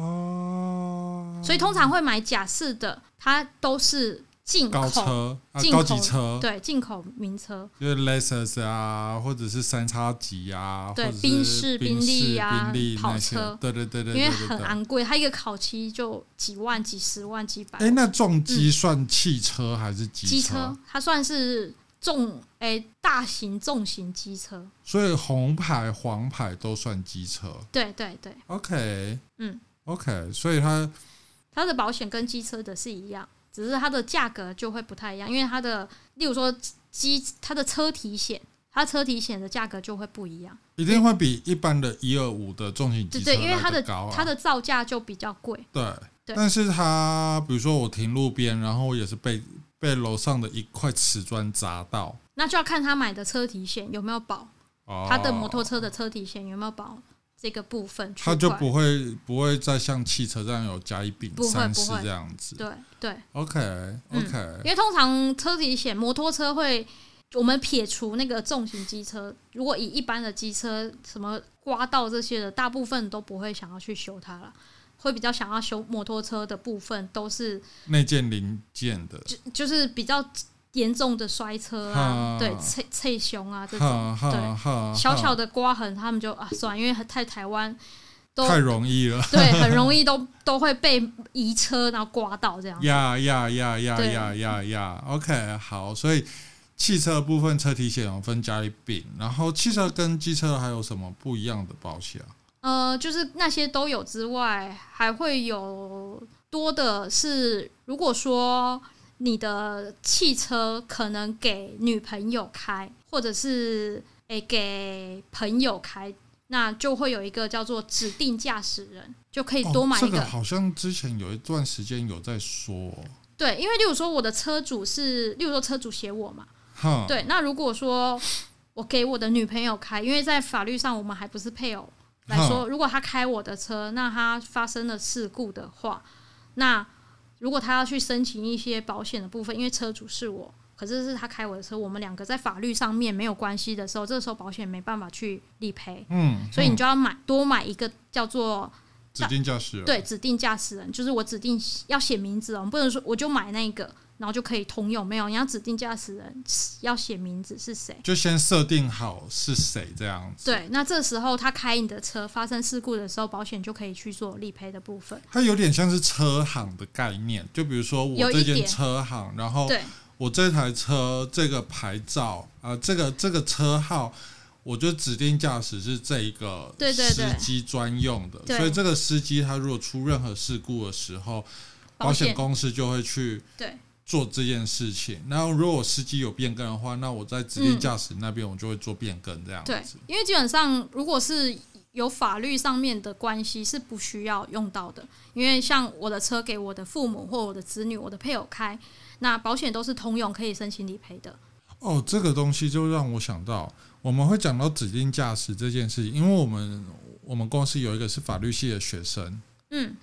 哦，
所以通常会买假释的，它都是进
高
口，
车啊，
进口
高级车，
对，进口名车，
就是 Lexus 啊，或者是三叉戟啊，
对
或者是
宾士
宾
宾利啊
宾利
跑
那些
车
对对对对，
因为
对对
很
对
昂贵，它一个烤漆就几万、几十万、几百
哎、
万。
那重机算汽车还是机
机车它算是重哎、大型重型机车，
所以红牌、黄牌都算机车。
对对对，
OK，
嗯
，OK，所以它
它的保险跟机车的是一样，只是它的价格就会不太一样，因为它的例如说机它的车体险，它车体险的价格就会不一样，
一定会比一般的一二五的重型
对
机车
对，因为它
来
的
得高、啊、
它的造价就比较贵，
对，
对
但是它比如说我停路边，然后我也是被被楼上的一块瓷砖砸到，
那就要看他买的车体险有没有保，
哦，
他的摩托车的车体险有没有保这个部分区
它
块，
就不会不会再像汽车这样有加一丙
不会
三
不
四
会
这样子。
对嗯对。
OK OK，、
因为通常车体险，摩托车会，我们撇除那个重型机车，如果以一般的机车什么刮到这些的，大部分都不会想要去修它了，会比较想要修摩托车的部分，都是
内建零件的，
就就是比较严重的摔车
哈
啊，对，脆脆胸啊这种
哈哈
对
哈，
小小
哈
的刮痕，他们就啊算了，因为在台湾都
太容易 了。
对很容易都都会被移车然后刮到这样，
呀呀呀呀
对
呀呀呀！OK，好，所以汽车的部分车体险有分甲乙丙，然后汽车跟机车还有什么不一样的保险啊？
呃，就是那些都有之外，还会有多的是，如果说你的汽车可能给女朋友开，或者是诶、给朋友开，那就会有一个叫做指定驾驶人，就可以多买
哦、这
一个。
个好像之前有一段时间有在说哦、
对，因为例如说我的车主是，例如说车主写我嘛，
哈，
对，那如果说我给我的女朋友开，因为在法律上我们还不是配偶来说，如果他开我的车，那他发生了事故的话，那如果他要去申请一些保险的部分，因为车主是我，可是是他开我的车，我们两个在法律上面没有关系的时候，这时候保险没办法去理赔，
嗯，
所以你
嗯
就要买多买一个叫做
指定驾驶人，
对指定驾驶人，就是我指定要写名字哦，不能说我就买那个。然后就可以通用，没有你要指定驾驶人要写名字是谁，
就先设定好是谁这样子。，
对，那这时候他开你的车发生事故的时候，保险就可以去做理赔的部分。
它有点像是车行的概念，就比如说我
有
这
一
间
点
车行，然后
对
我这台车这个牌照啊、呃这个这个车号，我就指定驾驶是这一个
对对对
司机专用的，
对
所以这个司机他如果出任何事故的时候，保
保
险
险
公哦司就会去
对
做这件事情。那如果司机有变更的话，那我在指定驾驶那边我就会做变更这样
嗯对
子。，
因为基本上如果是有法律上面的关系是不需要用到的，因为像我的车给我的父母或我的子女、我的配偶开，那保险都是通用可以申请理赔的。
哦，这个东西就让我想到，我们会讲到指定驾驶这件事情，因为我们我们公司有一个是法律系的学生，
嗯，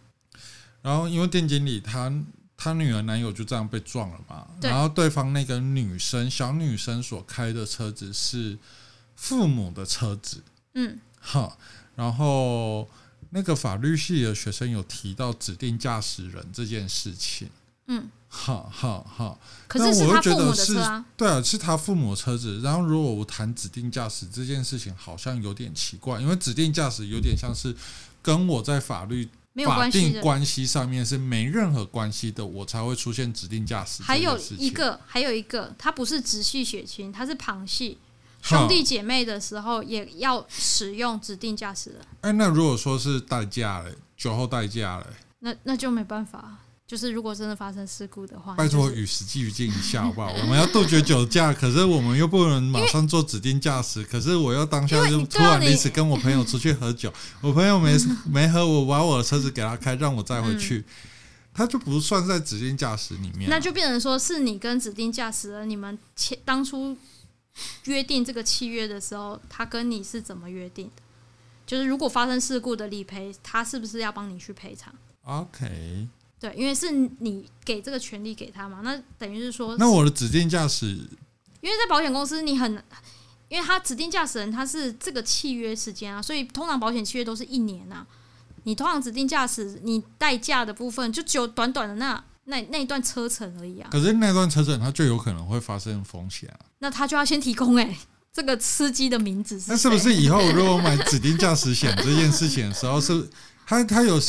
然后因为店经理他他女儿男友就这样被撞了嘛，
对
然后对方那个女生小女生所开的车子是父母的车子，
嗯，
哈，然后那个法律系的学生有提到指定驾驶人这件事情，
嗯，
哈哈哈，
可
但
是是
我又
他
觉
父
得
母的
是
车啊，
对啊，是他父母的车子，然后如果我谈指定驾驶这件事情，好像有点奇怪，因为指定驾驶有点像是跟我在法律
没有
法
关系
定
的。
关系上面是没任何关系的，我才会出现指定驾驶。
还有一，个，还有一个，它不是直系血亲，它是旁系。
好
兄弟姐妹的时候也要使用指定驾驶人，
哎，那如果说是代驾嘞，酒后代驾嘞，
那那就没办法。就是如果真的发生事故的话，
拜
就
托
是
与时俱进一 下好不好？我们要杜绝酒驾，可是我们又不能马上做指定驾 驶。可是我又当下
因为
就
你
突然
对啊
临时跟我朋友出去喝 酒，我朋友没没喝，我把我的车子给他开，让我载回去，他就不算在指定驾驶里面啊。
嗯那就变成说是你跟指定驾驶人，你们签当初约定这个契约的时候，他跟你是怎么约定的？就是如果发生事故的理赔，他是不是要帮你去赔偿？
OK。
对，因为是你给这个权利给他嘛，那等于是说，
那我的指定驾驶
因为在保险公司你很，因为他指定驾驶人他是这个契约时间啊，所以通常保险契约都是一年啊。你通常指定驾驶，你代驾的部分就只有短短的那那那一段车程而已啊。
可是那段车程它就有可能会发生风险啊。
那他就要先提供哎、这个司机的名字是谁
那是不是以后如果买指定驾驶险这件事情的时候，是它它有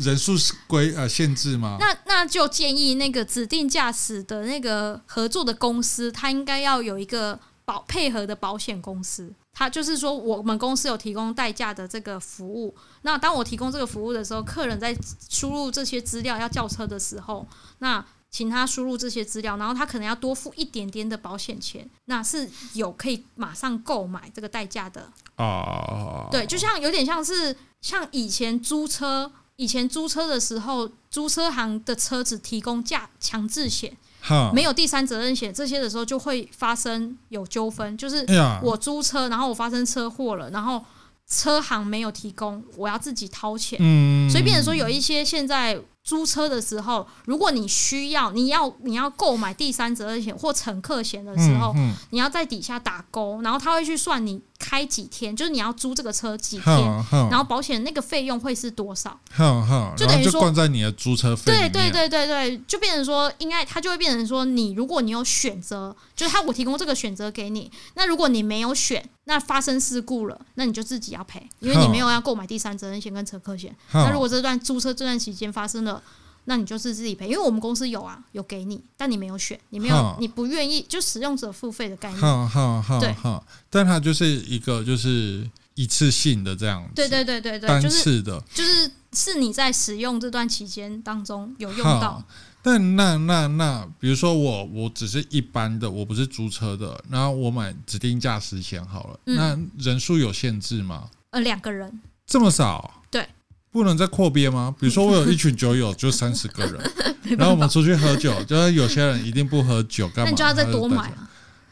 人数是规呃限制吗？
那那就建议那个指定驾驶的那个合作的公司，它应该要有一个保配合的保险公司。它就是说，我们公司有提供代驾的这个服务。那当我提供这个服务的时候，客人在输入这些资料要叫车的时候，那请他输入这些资料，然后他可能要多付一点点的保险钱，那是有可以马上购买这个代驾的
哦，
对，就像有点像是像以前租车，以前租车的时候，租车行的车只提供价强制险，
哈，
没有第三责任险，这些的时候就会发生有纠纷，就是
哎呀，
我租车，然后我发生车祸了，然后车行没有提供，我要自己掏钱。
嗯，
所以，变成说有一些现在租车的时候，如果你需要，你要你要购买第三责任险或乘客险的时候，
嗯，
你要在底下打勾，然后他会去算你开几天，就是你要租这个车几天，
哈哈，
然后保险那个费用会是多少？
哈哈，
就
然后
等于
就
说
灌在你的租车费里
对
面
对，对对对，就变成说，应该它就会变成说，你如果你有选择，就是他我提供这个选择给你，那如果你没有选，那发生事故了，那你就自己要赔，因为你
哼
没有要购买第三责任险跟乘客险。那
哈
如果这段租车这段期间发生了，那你就是自己赔，因为我们公司有啊，有给你，但你没有选，你没有
哼，
你不愿意，就使用者付费的概念。
哈哈哈
对
哈，但它就是一个就是一次性的这样子，
对对对对对，
单
就是
次的，
就是是你在使用这段期间当中有用
好，
到，
但那那那，比如说我我只是一般的，我不是租车的，然后我买指定驾驶险好了，
嗯
那人数有限制吗？
呃，两个人。
这么少？
对。
不能再扩编吗？比如说，我有一群酒友，就三十个人，
没
然后我
办法
们，出去喝酒，就是有些人一定不喝酒，干嘛？
那你就要再
他
多
带
买
酒
啊，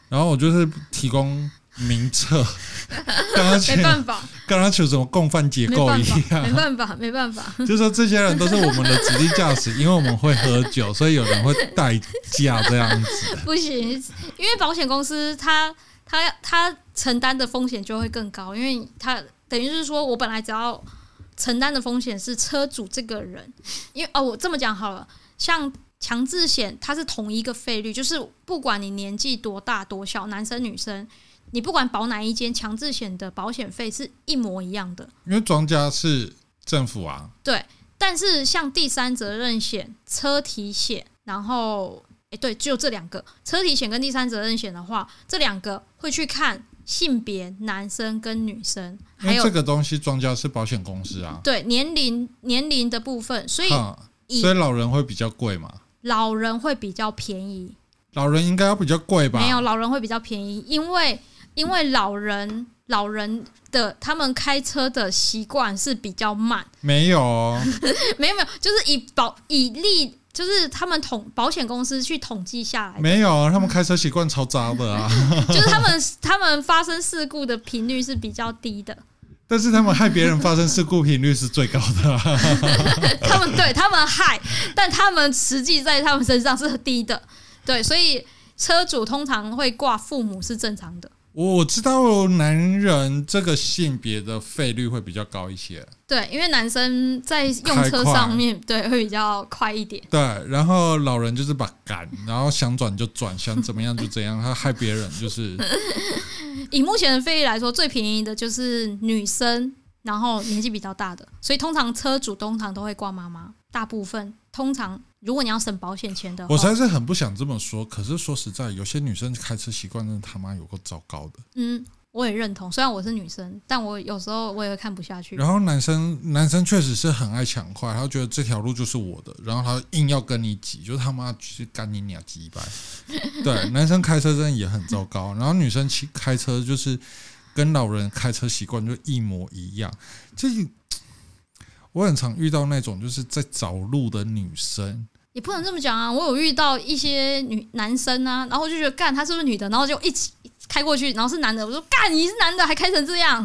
然后我就是提供名 册，跟他求
没 办法，
跟他求什么共犯结
没
构
办
一
法，没
样，
办法，没办法。
就说这些人都是我们的指定驾驶，因为我们会喝酒，所以有人会代驾这样子。
不行，因为保险公司它它它承担的风险就会更高，因为它等于是说我本来只要承担的风险是车主这个人，因为哦，我这么讲好了，像强制险它是同一个费率，就是不管你年纪多大多小，男生女生。你不管保哪一间强制险的保险费是一模一样的，
因为庄家是政府啊，
但是像第三责任险、车体险，然后诶，对，只有这两个车体险跟第三责任险的话，这两个会去看性别，男生跟女生，
因
还
为哎这
有
个东西庄家是保险公司啊，
对年龄年龄的部分，所以
哈，
以
所以老人会比较贵嘛，
老人会比较便宜，
老人应该要比较贵吧？
没有，老人会比较便宜，因为因为老人老人的他们开车的习惯是比较慢。
没有 哦，
没有没有，就是以保以利，就是他们统保险公司去统计下来的，
没有哦，他们开车习惯超渣的啊，
就是他们他们发生事故的频率是比较低的，
但是他们害别人发生事故频率是最高的 啊、
他们对他们害，但他们实际在他们身上是低的，对，所以车主通常会挂父母是正常的，
我知道男人这个性别的费率会比较高一些，
对，因为男生在用车上面对会比较快一点，
对，然后老人就是把赶，然后想转就转，想怎么样就怎样，他害别人就是
以目前的费率来说，最便宜的就是女生。然后年纪比较大的，所以通常车主通常都会挂妈妈，大部分通常如果你要省保险钱的话，
我实在是很不想这么说，可是说实在，有些女生开车习惯真的他妈有够糟糕的。
嗯，我也认同。虽然我是女生，但我有时候我也会看不下去。
然后男生男生确实是很爱抢快，他觉得这条路就是我的，然后他硬要跟你挤，就是他妈去干你俩鸡掰。对，男生开车真的也很糟糕，然后女生骑开车就是跟老人开车习惯就一模一样，这。我很常遇到那种就是在找路的女生，
也不能这么讲啊，我有遇到一些女男生啊，然后我就觉得干他是不是女的，然后就一起开过去，然后是男的，我说干你是男的还开成这样，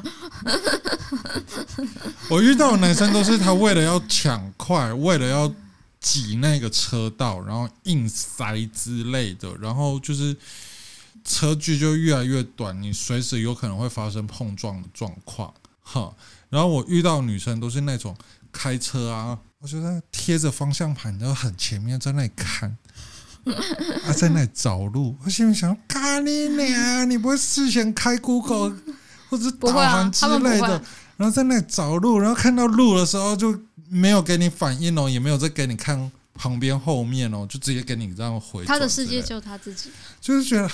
我遇到的男生都是他为了要抢快，为了要挤那个车道，然后硬塞之类的，然后就是车距就越来越短，你随时有可能会发生碰撞的状况。哈，然后我遇到的女生都是那种开车啊，我觉得贴着方向盘，然后很前面在那里看。啊，在那里找路，我心里想，看你俩，你不会事先开 Google 或者
不
导
会啊
航，之
他们
类
不
的
会，，
然后在那里找路，然后看到路的时候就没有给你反应哦，也没有再给你看旁边后面哦，就直接给你这样回转之类。
他的世界啊只有他自己。
就是觉得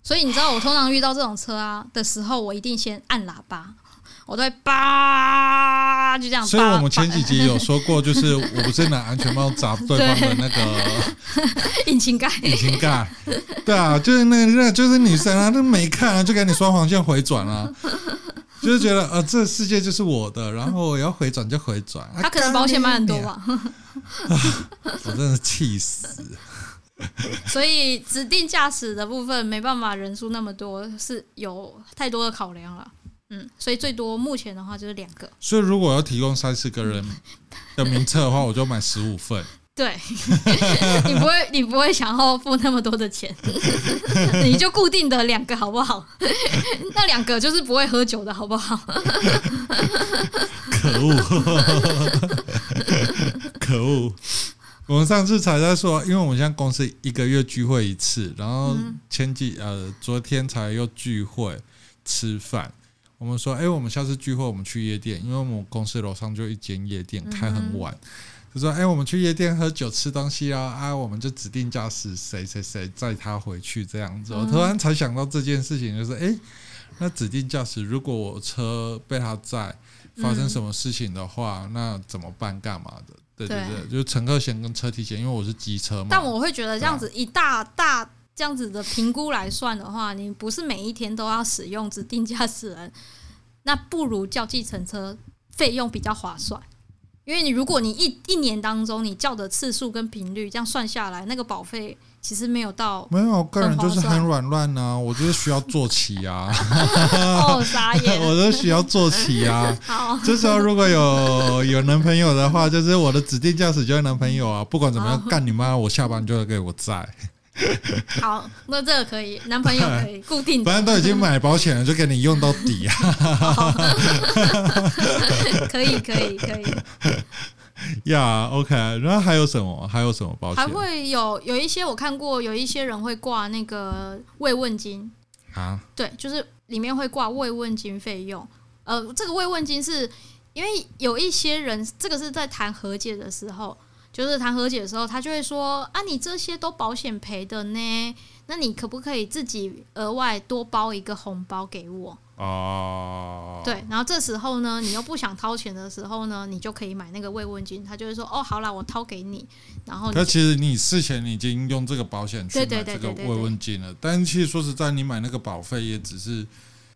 所以你知道，我通常遇到这种车啊的时候，我一定先按喇叭，我都会叭就这样
啊
叭。
所以我们前
叭
几集有说过，就是我不是拿安全帽砸对方的那个
引擎盖，
引擎 盖，对啊，就是那个那个就是女生啊，那没看啊，就给你双黄线回转 啊。就是觉得呃，这世界就是我的，然后我要回转就回转。啊
他可能保险买很多？吧。
干你娘我真的气死！
所以指定驾驶的部分没办法，人数那么多是有太多的考量了。嗯，所以最多目前的话就是两个。
所以如果要提供三十个人的名册的话，我就买十五份。
对， 你不会，你不会想要付那么多的钱，你就固定的两个好不好？ 那两个就是不会喝酒的好不好？
可恶， 可恶！ 我们上次才在说，因为我们现在公司一个月聚会一次，然后前几呃昨天才又聚会吃饭。我们说，哎、我们下次聚会我们去夜店，因为我们公司楼上就一间夜店，开很晚。就说，哎、我们去夜店喝酒吃东西啊，啊，我们就指定驾驶谁谁谁载他回去这样子。我突然才想到这件事情，就是，哎、那指定驾驶如果我车被他载，发生什么事情的话，那怎么办？干嘛的？对对对，就是乘客险跟车体险，因为我是机车嘛。
但我会觉得这样子一大大这样子的评估来算的话，你不是每一天都要使用指定驾驶人，那不如叫计程车，费用比较划算。因为你如果你一一年当中你叫的次数跟频率这样算下来，那个保费其实没有到
没有，我个人就是
很划算
很软烂呐，我就是需要坐骑 啊，
哦傻眼。
我就需要坐骑啊。
好，
这时候如果有有男朋友的话，就是我的指定驾驶就是男朋友啊，不管怎么
哦
样，干你妈！我下班就要给我载，
好，那这个可以，男朋友可以固 定
反
的，
正都已经买保险了，就给你用到底啊
可以可以可以。
呀。OK，然后还有什么？还有什么保险
还会有有一些我看过，有一些人会挂那个慰问金，
啊？
对，就是里面会挂慰问金费用。呃，这个慰问金是因为有一些人，这个是在谈和解的时候，就是谈和解的时候，他就会说啊，你这些都保险赔的呢，那你可不可以自己额外多包一个红包给我？
哦，
对，然后这时候呢，你又不想掏钱的时候呢，你就可以买那个慰问金，他就会说哦，好啦，我掏给你，然后你
可其实你事前已经用这个保险去
对
买
对对
这个
对对
慰
对
问金了，但其实说实在，你买那个保费也只是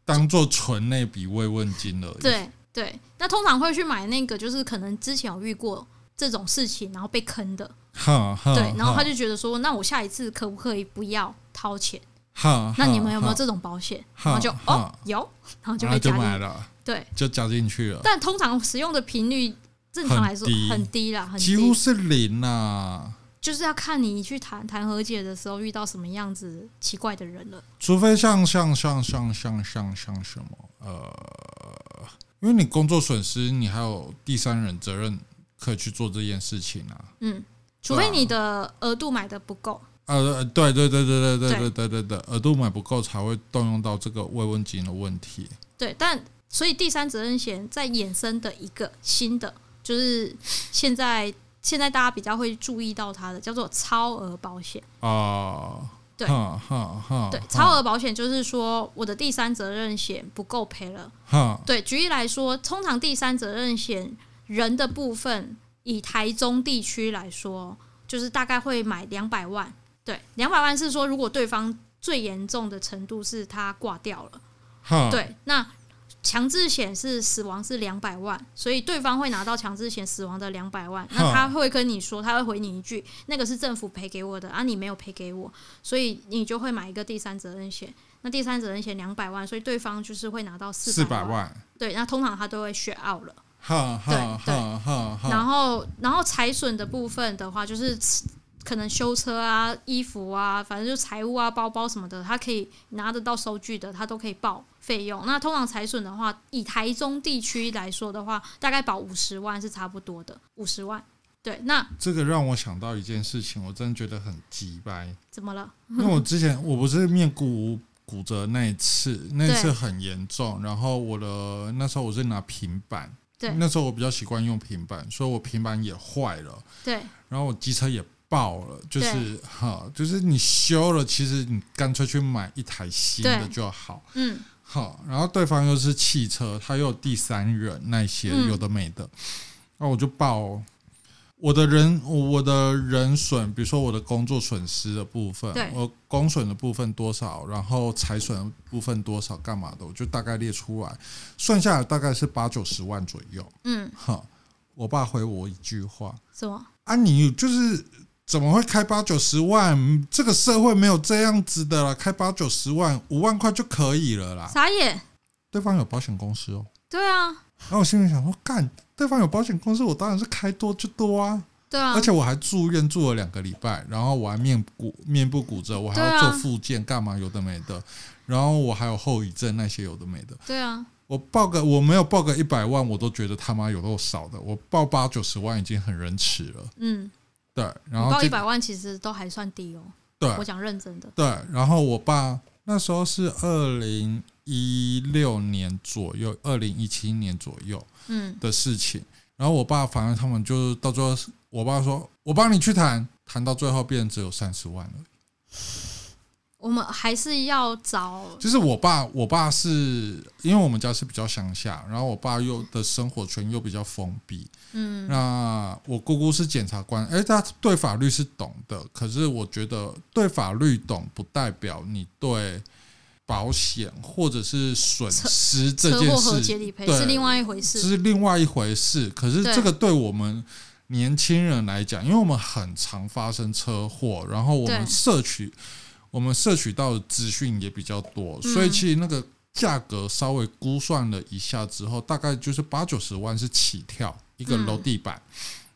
当做存那笔慰问金而已。，
对对，那通常会去买那个，就是可能之前有遇过这种事情，然后被坑的，
哈哈。
对，然后
哈
他就觉得说，那我下一次可不可以不要掏钱？
嗯哈，
那你们有没有
哈？
这种保险？
哈
然后就
哈
哦有，然后
嗯然
就被
后就
加
买
进。
了，
对，
就加进去了，
但通常使用的频率，正常来说
很低
很低啦，很
几乎
低，
是零啊呐、
就是要看你去谈谈和解的时候遇到什么样子奇怪的人了。
除非像像像像像像像什么呃，因为你工作损失，你还有第三人责任可以去做这件事情啊。
嗯，除
对
非
啊
你的额度买的不够，
呃，对对对对对对对对对对，额度买不够才会动用到这个慰问金的问题。
对，但所以第三责任险再衍生的一个新的，就是现在现在大家比较会注意到它的，叫做超额保险。
哦，
对
哈哈哈，
对
哈，
超额保险就是说我的第三责任险不够赔了。
哈，
对，举例来说，通常第三责任险人的部分，以台中地区来说，就是大概会买两百万。对，两百万是说如果对方最严重的程度是他挂掉了，
哈，
对，那强制险是死亡是两百万，所以对方会拿到强制险死亡的两百万，那
哈
他会跟你说，他会回你一句，那个是政府赔给我的啊，你没有赔给我，所以你就会买一个第三责任险。那第三责任险两百万，所以对方就是会拿到
四
四
百
百万。
万，
对，那通常他都会选 out 了。
哈哈
对对
哈哈哈，
然后，然后财损的部分的话，就是可能修车啊、衣服啊，反正就财务啊、包包什么的，他可以拿得到收据的，他都可以报费用。那通常财损的话，以台中地区来说的话，大概保五十万是差不多的，五十万。对，那
这个让我想到一件事情，我真的觉得很鸡掰。
怎么了？
因为我之前我不是面骨骨折那一次，那一次很严重，然后我的那时候我是拿平板，
对
那时候我比较习惯用平板，所以我平板也坏了，
对
然后我机车也爆了，就是哈，就是你修了，其实你干脆去买一台新的
对
就好。
嗯，
好，然后对方又是汽车，他又有第三人那些
嗯
有的没的，那、我就报、我的人我的人损，比如说我的工作损失的部分
对，
我工损的部分多少，然后财损的部分多少，干嘛的，我就大概列出来，算下来大概是八九十万左右。
嗯，
哈，我爸回我一句话：
什么？
啊，你就是怎么会开八九十万？这个社会没有这样子的啦，开八九十万，五万块就可以了啦。
傻眼？
对方有保险公司哦。
对啊，
然后我心里想说，干，对方有保险公司，我当然是开多就多啊。
对啊
而，且我还住院住了两个礼拜，然后我还面骨面部骨折，我还
对
要
啊
做复健，干嘛有的没的。然后我还有后遗症那些有的没的。
对啊，
我报个我没有报个一百万，我都觉得他妈有够少的。我报八九十万已经很仁慈了。
嗯，
对，然后
你报一
这啊
百万其实都还算低哦。
对
我讲认真的。
对，然后我爸那时候是二零一六年左右，二零一七年左右。
嗯，
的事情。然后我爸反正他们就是到最后是，我爸说：“我帮你去谈。”谈到最后，变成只有三十万了。
我们还是要找
就是我爸，我爸是因为我们家是比较乡下，然后我爸又的生活圈又比较封闭。
嗯
那我姑姑是检察官，哎，他对法律是懂的，可是我觉得对法律懂不代表你对保险或者是损
车
失这
车
件
祸
事
和解理赔
对
是另外一回事。
是另外一回事。可是
对
这个对我们年轻人来讲，因为我们很常发生车祸，然后我们
对
摄取我们摄取到的资讯也比较多，所以
嗯
其实那个价格稍微估算了一下之后，大概就是八九十万是起跳一个
嗯
楼地板。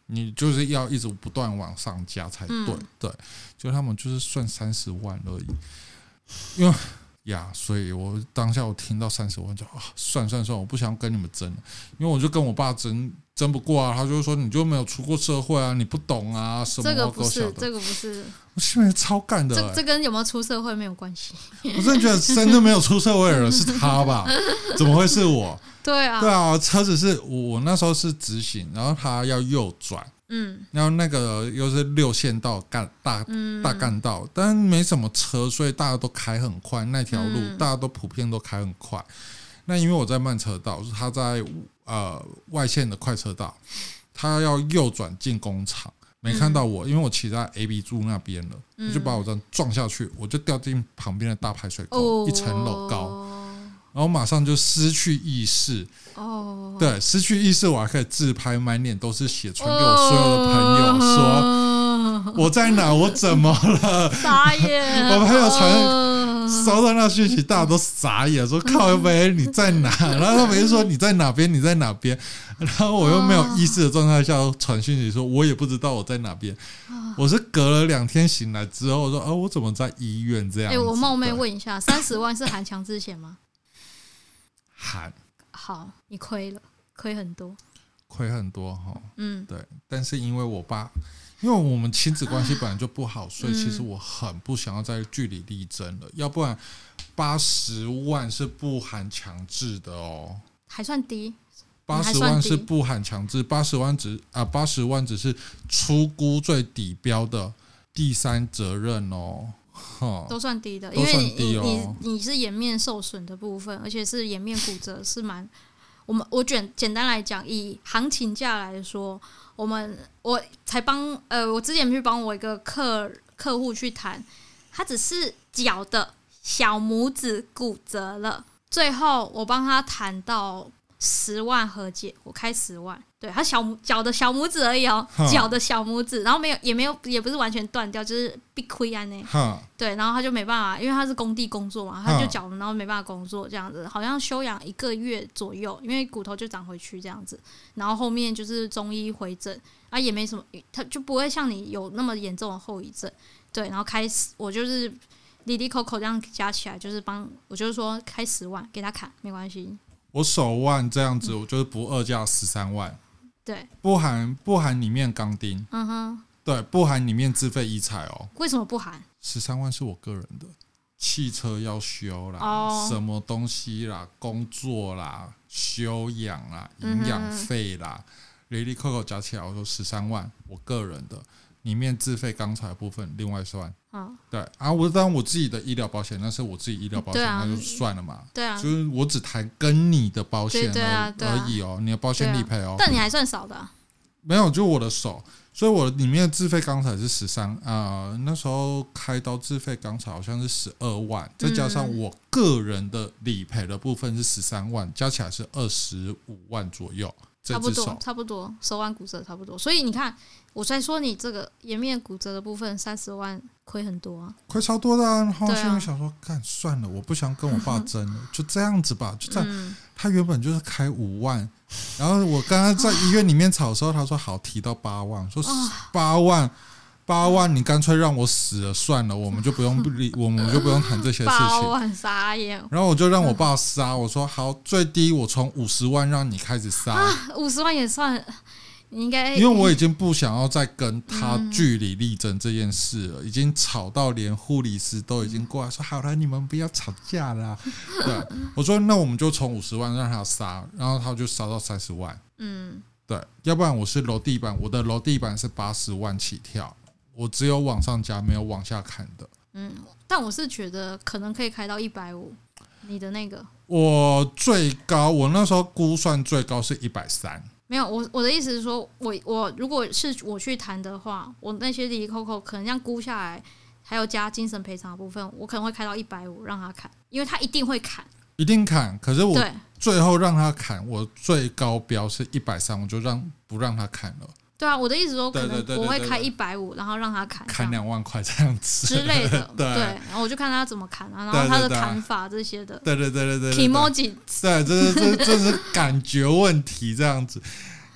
你就是要一直不断往上加才对，
嗯
对，就他们就是算三十万而已，因为呀，所以我当下我听到三十万就啊，算算算，我不想跟你们争了，因为我就跟我爸争争不过啊，他就说你就没有出过社会啊，你不懂啊，什
这
么
个
狗
不
小
是，
的，
这个不是，
我心里超干的、
这
欸，
这跟有没有出社会没有关 系。
我真的觉得真的没有出社会的人是他吧？怎么会是 我？
对啊，
对啊，车子是我我那时候是直行，然后他要右转，
嗯
然后那个又是六线道干大
嗯，
大干道，但没什么车，所以大家都开很快。那条路、
嗯
大家都普遍都开很快。那因为我在慢车道，是他在呃外线的快车道，他要右转进工厂，没看到我，因为我骑在 A B 柱那边了，
嗯
我就把我这样撞下去，我就掉进旁边的大排水沟，
哦，
一层楼高，然后马上就失去意识。
哦，
对，失去意识，我还可以自拍，满脸都是血，传给我
哦
所有的朋友说。
说
我在哪？我怎么了？，
哦 傻 眼哦
我朋友传
传
收到那讯息，大家都傻眼，说靠北你在哪？然后他们就说你在哪边，你在哪边？然后我又没有意识的状态下传讯息说，我也不知道我在哪边。
啊
我是隔了两天醒来之后说，哦，我怎么在医院这样
哎，
子？
我冒昧
对
问一下，三十万是含强制险吗？
喊
好，你亏了，亏很多。
亏很多哈，
嗯
对，但是因为我爸。因为我们亲子关系本来就不好，
嗯
所以其实我很不想要再据理力争了。要不然，八十万是不含强制的哦。
还算低，
八十万是不含强制，八十万只啊，八十万只是初估最底标的第三责任哦。哈，
都算低的，
都
因为
算
你
低哦
你你你是颜面受损的部分，而且是颜面骨折，是蛮我们我简简单来讲，以行情价来说，我们我才帮呃，我之前去帮我一个客客户去谈，他只是脚的小拇指骨折了，最后我帮他谈到。十万和解，我开十万，对他小拇脚的小拇指而已哦
哼，
脚的小拇指，然后没有也没有也不是完全断掉，就是必亏啊安呢，
哈，
对，然后他就没办法，因为他是工地工作嘛，他就
嗯
脚，然后没办法工作这样子，好像休养一个月左右，因为骨头就长回去这样子，然后后面就是中医回诊，啊也没什么，他就不会像你有那么严重的后遗症，对，然后开始我就是里里口口这样加起来，就是帮我就是说开十万给他砍没关系，
我手腕这样子，我就是不二价十三万，
对，
不含不含里面钢钉，
嗯哼，
对，不含里面自费医材哦。
为什么不喊？
十三万是我个人的，汽车要修啦，
哦
什么东西啦，工作啦，修养啦，营
嗯
养费啦，雷利扣扣加起来，我说十三万，我个人的，里面自费钢材的部分另外算。
嗯，
对啊，我当然我自己的医疗保险，那是我自己医疗保险，
对啊
那就算了嘛。
对啊，
就是我只谈跟你的保险
对对啊
而
对啊
而已哦，你的保险
对啊
理赔哦，
但你还算少的啊、
没有，就我的手，所以我里面的自费钢材是十三啊，那时候开刀自费钢材好像是十二万，再加上
嗯
我个人的理赔的部分是十三万，加起来是二十五万左右。这
差不
只
多
手，
差不多，手腕骨折差不多。所以你看，我在说你这个颜面骨折的部分，三十万亏很多啊。
亏超多的、啊，然后
对啊
心里想说，干算了，我不想跟我 爸争了，就这样子吧，就这样。
嗯，
他原本就是开五万，然后我刚刚在医院里面吵的时候，他说好提到八万，说
啊
八万。八万，你干脆让我死了算了，我们就不用 理，我们就不用谈这些事
八
情。
万啊嗯傻眼，
然后我就让我爸杀，我说好，最低我从五十万让你开始杀，
五十万也算，你应该
因为我已经不想要再跟他据理力争这件事了，已经吵到连护理师都已经过来说好了，你们不要吵架啦。对，我说那我们就从五十万让他杀，然后他就杀到三十万。
嗯
对，要不然我是楼地板，我的楼地板是八十万起跳，我只有往上加，没有往下砍的。
嗯，但我是觉得可能可以开到一百五，你的那个
我最高，我那时候估算最高是一百三，
没有。我我的意思是说，我我如果是我去谈的话，我那些离扣扣可能这样估下来。还有加精神赔偿的部分，我可能会开到一百五让他砍，因为他一定会砍。
一定砍。可是我
对
最后让他砍，我最高标是一百三，我就让不让他砍了，
对啊，我的意思说，可
对对对对
能我会
对
开
对
一百五，然后让他砍这
砍
样
两万块这样子。，
之类的
对啊
然后我就看他怎么砍啊，然
对对
后他的
对啊
砍法这些的
对对对对对对
e
对
m o j i
对，这这这这是感觉问题，这样子。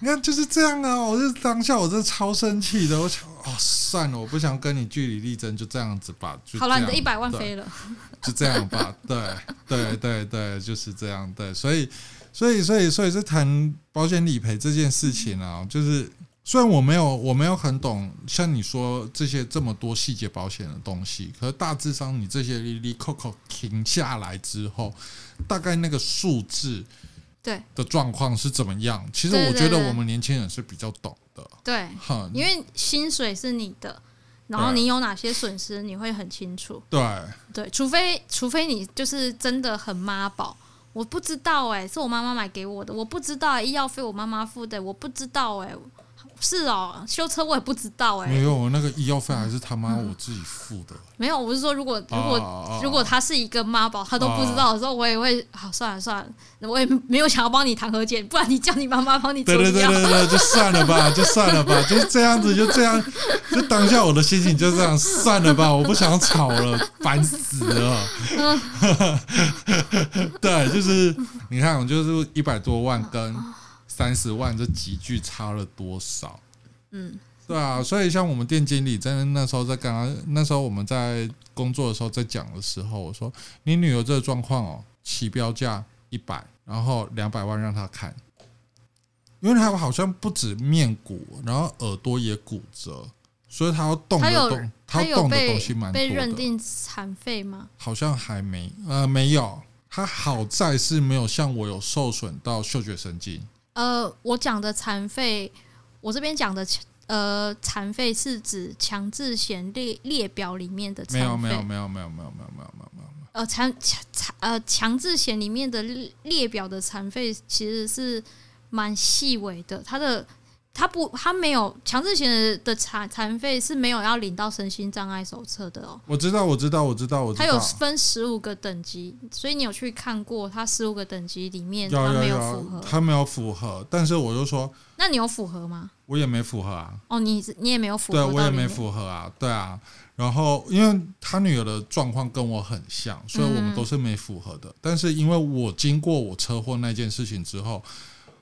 你看就是这样啊！我是当下我是超生气的，我想哦算了，我不想跟你据理力争，就这样子吧。就
好了，
这
你
样
的一百万
对
飞了，
就这样吧。对对对对，就是这样。对，所以所以所以所以是谈保险理赔这件事情啊，就是虽然我没有我没有很懂像你说这些这么多细节保险的东西，可是大致上你这些哩哩扣扣停下来之后，大概那个数字
对
的状况是怎么样？其实
对
我
对
觉得
对
我们年轻人是比较懂的，
对，
哈，
因为薪水是你的，然后
嗯对
你有哪些损失你会很清楚，
对
对，除非除非你就是真的很妈宝。我不知道哎、是我妈妈买给我的，我不知道、欸、医药费我妈妈付的，我不知道哎、是哦、修车我也不知道哎、
没有我那个医药费还是他妈
嗯
我自己付的。
没有，我是说如果如果
啊
如果他是一个妈宝，他都不知道的时候，我也
哦
会好算了算了，我也没有想要帮你谈和解，不然你叫你妈妈帮你处
对对
理
对
掉。
对对，就算了吧，就算了吧，就是这样子，就这样，就当下我的心情就这样，算了吧，我不想吵了，烦死了。 对，就是你看，我就是一百多万跟三十万这集距差了多少？
嗯，
对啊，所以像我们店经理在那时候在跟他，那时候我们在工作的时候在讲的时候，我说你女儿这个状况哦，起标价一百，然后两百万让她看，因为她好像不止面骨，然后耳朵也骨折，所以她要动
她
的
有
动，她
他
要
有
动的
被
东西蛮多
被认
的，
定残废吗？
好像还没，呃，没有，它好在是没有像我有受损到嗅觉神经。
呃，我讲的残废，我这边讲的呃残废是指强制险列列表里面的
没有
残
没有
废，
没有没有没有没有没有没有没有没有
呃残强残呃强制险里面的列列表的残废其实是蛮细微的，它的。它不，它没有强制险的残残废是没有要领到身心障碍手册的哦。
我知道我知道我知道我知
它有
道。
分十五个等级，所以你有去看过它十五个等级里面
有
它
有
没
有
符合，
他没有符合，但是我就说
那你有符合吗？
我也没符合啊，
哦，你你也没有符合
对
到里
我也
面，
没符合啊，对啊。然后因为他女儿的状况跟我很像，所以我们
嗯
都是没符合的。但是因为我经过我车祸那件事情之后，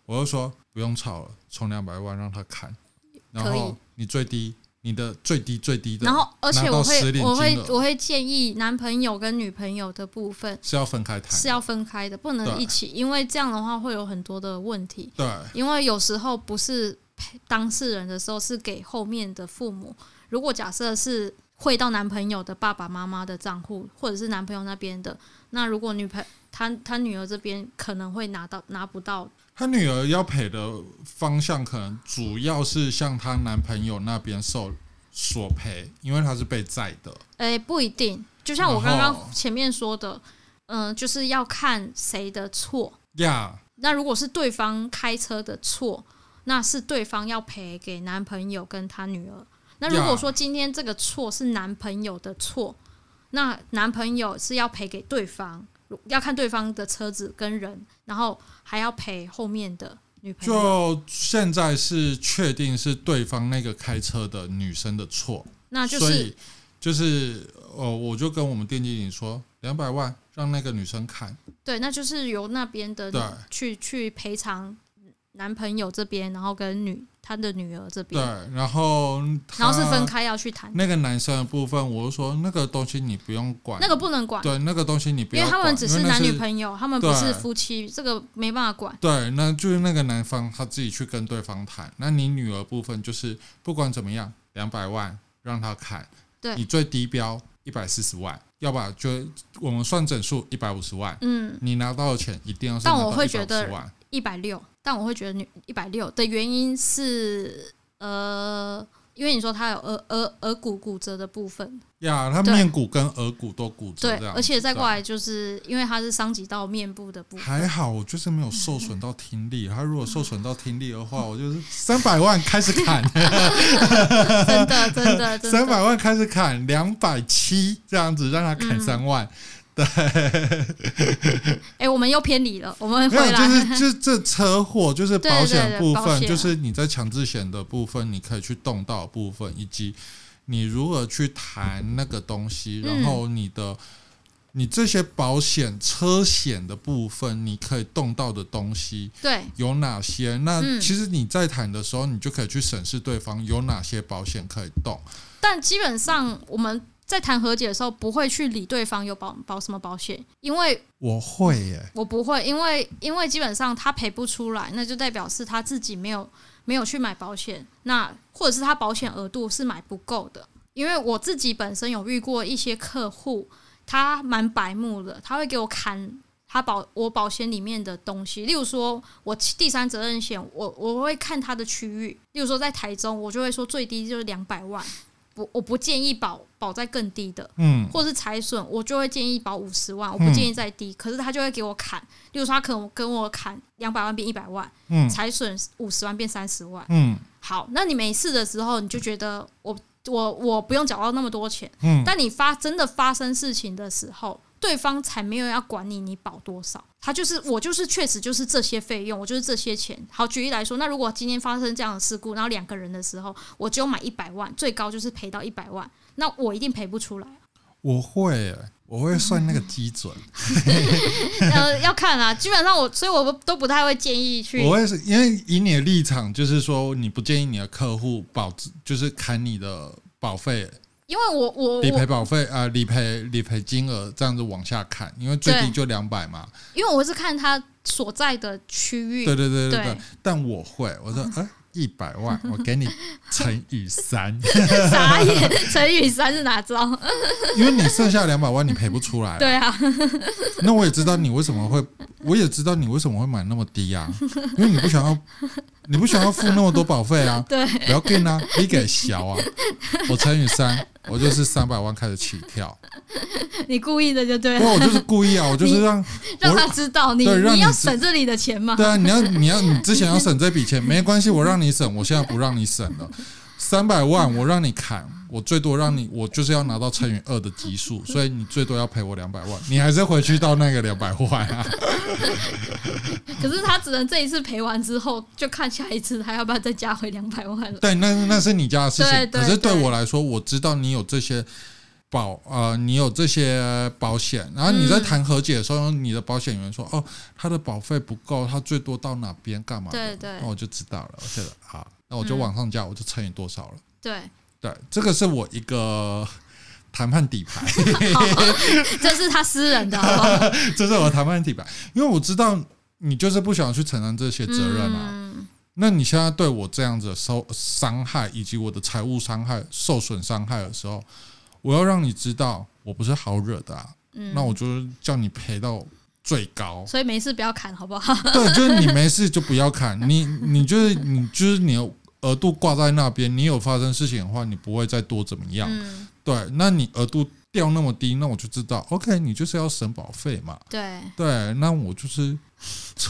我就说不用吵了，充两百万让他砍，然
可以
后你最低你的最低最低的，
然后，而且
拿到
我
10
会，
领
我会
金，额
我会建议男朋友跟女朋友的部分
是要分开谈
是
的，
要分开的，不能
对
一起，因为这样的话会有很多的问题。
对
因为有时候不是陪当事人的时候，是给后面的父母。如果假设是汇到男朋友的爸爸妈妈的账户，或者是男朋友那边的，那如果女朋他他女儿这边可能会拿到拿不到，
她女儿要赔的方向，可能主要是向她男朋友那边受索赔，因为她是被债的。
诶、哎不一定。就像我刚
然后
刚前面说的，嗯、就是要看谁的错。
呀、
那如果是对方开车的错，那是对方要赔给男朋友跟他女儿。那如果说今天这个错是男朋友的错，那男朋友是要赔给对方，如要看对方的车子跟人，然后还要赔后面的女朋友。
就现在是确定是对方那个开车的女生的错，
那就
所
是
以就是哦，我就跟我们店经理说，两百万让那个女生砍，
对，那就是由那边的
对
去去赔偿男朋友这边，然后跟女他的女儿这
对
边，，
然后
然后是分
她
开要去谈，
那个男生的部分，我就说那个东西你不用管，
那个不能管。
对那个东西你不
因
要
为
管，
他们只
因为
是
那
男女朋友，他们不
对
是夫妻，这个没办法管。
对，那就是那个男方他自己去跟对方谈。那你女儿部分就是不管怎么样，两百万让他砍，
对
你最低标一百四十万，要不然就我们算整数一百五十万。
嗯，
你拿到的钱一定要是
但
拿
我
到
会
150
觉得
万
一百六，但我会觉得女一百六的原因是，呃，因为你说他有额额额骨骨折的部分，
呀，他
对
面骨跟额骨都骨折
对
这，样
而且
子
再
对
过来就是因为他是伤及到面部的部分，
还好，我就是没有受损到听力。他如果受损到听力的话，我就是三百万开始 砍，
真的真的真
三
的，
百万开始砍，两百七这样子让他
嗯
砍三万。
哎，我们又偏离了，我们
没
回
有，就
来，
是就这车祸，就是
对
保
对
险
对
部
保
分，
险
就是你在强制险的部分，你可以去动到的部分，以及你如何去谈那个东西，
嗯
然后你的、你这些保险车险的部分，你可以动到的东西
对
有哪些？那
嗯
其实你在谈的时候，你就可以去审视对方有哪些保险可以动。
但基本上我们在谈和解的时候不会去理对方有保保什么保险，因为
我会耶，
我不会，因为因为基本上他赔不出来，那就代表是他自己没有没有去买保险，那或者是他保险额度是买不够的。因为我自己本身有遇过一些客户，他蛮白目的，他会给我砍他保我保险里面的东西，例如说我第三责任险，我我会看他的区域，例如说在台中，我就会说最低就是两百万，我我不建议保保在更低的。
嗯，
或是财损，我就会建议保五十万，我不建议再低。可是他就会给我砍，例如说他可能跟我砍两百万变一百万，
嗯
财损五十万变三十万。
嗯
好，那你没事的时候，你就觉得我我我不用缴到那么多钱。
嗯，
但你发真的发生事情的时候，对方才没有要管你，你保多少，他就是我就是确实就是这些费用，我就是这些钱。好，举例来说，那如果今天发生这样的事故，然后两个人的时候，我只有买一百万，最高就是赔到一百万，那我一定赔不出来。
我会耶，我会算那个基准。
呃，要看啊，基本上我，所以我都不太会建议去。
我会是因为以你的立场，就是说你不建议你的客户保，就是砍你的保费、
因为我我
理赔
我，
保费啊、理赔理赔金额这样子往下砍，因为最低
对
就两百嘛。
因为我是看他所在的区域。
对对对对
对
对，但我会，我说哎，一百万，我给你乘以 三，
傻眼，成语三是哪招？
哎因为你剩下两百万你赔不出来。
对啊，
那我也知道你为什么会，我也知道你为什么会买那么低啊，因为你不想要，你不想要付那么多保费啊。
对，
不要跟啊，你给小啊，我乘以三，我就是三百万开始起跳。
你故意的就对
不
了，
过我就是故意啊，我就是让
让他
我
知道你
对让你
要
知
省这里的钱嘛。
对啊，你要你要你之前要省这笔钱，没关系，我让你省，我现在不让你省了，三百万我让你砍，我最多让你，我就是要拿到乘以二的基数，所以你最多要赔我两百万，你还是回去到那个两百万啊。
可是他只能这一次赔完之后，就看下一次他要不要再加回两百万了。
对，那那是你家的事
嗯对
情，
对
可是对
对
我来说，我知道你有这些。保呃，你有这些保险，然后你在
嗯
谈和解的时候，你的保险员说：“哦，他的保费不够，他最多到哪边干嘛的？”
对对
那我就知道了。我觉得好，那我就
嗯
往上加，我就乘以多少了。
对，
对，这个是我一个谈判底牌，
这是他私人的，好不好？
这是我的谈判底牌，因为我知道你就是不想去承担这些 责任啊。
嗯
那你现在对我这样子的受伤害，以及我的财务伤害、受损伤害的时候，我要让你知道我不是好惹的啊。
嗯。
那我就叫你赔到最高
所以没事不要砍，好不好？
对，就是你没事就不要砍，你你就是你就是你的额度挂在那边，你有发生事情的话，你不会再多怎么样。
嗯，
对，那你额度掉那么低，那我就知道，OK，你就是要省保费嘛。
对，
对，那我就是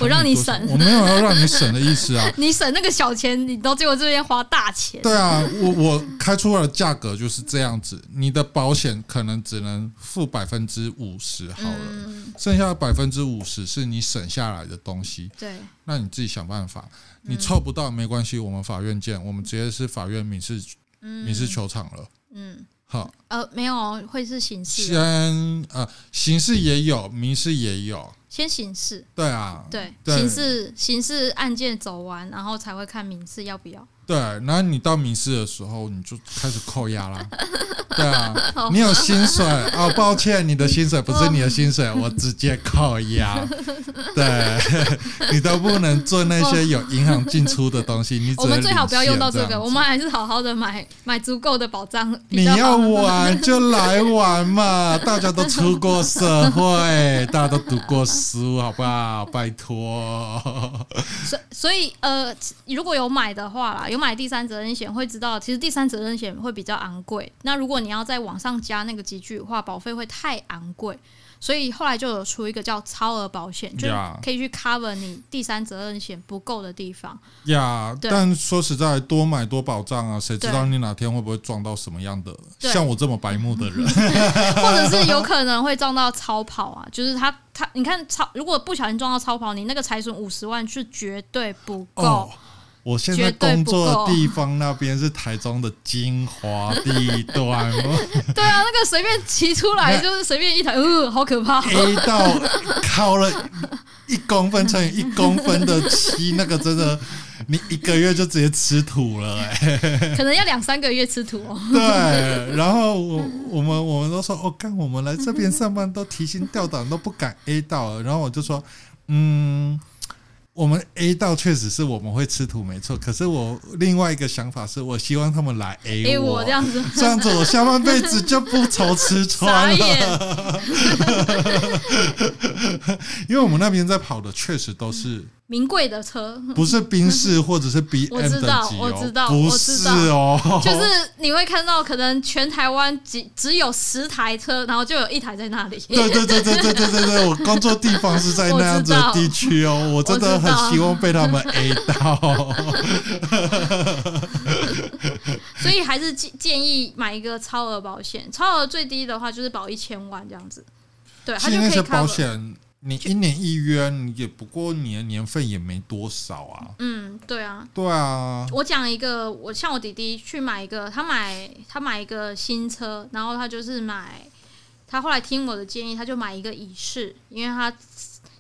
我让你
多
省
我没有要让你省的意思啊。
你省那个小钱，你都结果这边花大钱。
对啊，我我开出来的价格就是这样子，你的保险可能只能付百分之五十好了，
嗯，
剩下的百分之五十是你省下来的东西，
对，
那你自己想办法。你凑不到没关系，我们法院见，我们直接是法院民事
嗯，
民事球场了。
嗯，
好，
呃，没有，会是刑事
先
的，
呃，刑事也有，民事也有，
先刑事，
对啊，
对，
对
刑事刑事案件走完，然后才会看民事要不要。
对，然后你到民事的时候，你就开始扣押 啦。对啊，你有薪水哦，抱歉，你的薪水不是你的薪 水，我直接扣押。对，你都不能做那些有银行进出的东西，你只
我们
能
最好不要用到
领现
个，
样
我们还是好好的买买足够的保障比
你
较
要
好。
玩就来玩嘛，大家都出过社会，大家都读过书，好不好？拜托。
所所以呃，如果有买的话啦，有买第三责任险会知道，其实第三责任险会比较昂贵。那如果你要在网上加那个集聚的话，保费会太昂贵。所以后来就有出一个叫超额保险，就是
Yeah
可以去 cover 你第三责任险不够的地方。
呀，
对
但说实在，多买多保障啊，谁知
对
道你哪天会不会撞到什么样的
对嗯
像我这么白目的人？
或者是有可能会撞到超跑啊，就是他他，你看超如果不小心撞到超跑，你那个财损五十万是绝对不够。
哦，我现在
绝对
工
不
作
够
的地方那边是台中的精华地段
对啊，那个随便骑出来
那
就是随便一台，呃，好 可怕。
，A 到靠了一公分乘以一公分的漆，那个真的。你一个月就直接吃土了、哎，
可能要两三个月吃土哦。
对。然后我我们我们都说，哦，干，我们来这边上班都提心吊胆，都不敢 A 到了。然后我就说，嗯，我们 A 到确实是我们会吃土，没错。可是我另外一个想法是，我希望他们来 A
诶、哎我这样子，
这样子我下半辈子就不愁吃
傻
穿了。
眼。
因为我们那边在跑的确实都是
名贵的车，
不是宾士或者是 B
我
M
知
等级
道
哦，
我知道
不
我知
是
道
哦，
就是你会看到，可能全台湾只只有十台车，然后就有一台在 那里。
对对对对对对对对，我工作地方是在那样子
我知道
的地区哦，我真的
我知道
很希望被他们 A 到。
所以还是建建议买一个超额保险，超额最低的话就是保一千万这样子。对，它
其实
就
那
可以
些保
cover。
险，你一年一约，你也不过你的年费也没多少啊。
嗯，对啊。
对啊，
我讲一个，我像我弟弟去买一个，他买他买一个新车，然后他就是买，他后来听我的建议，他就买一个乙式，因为他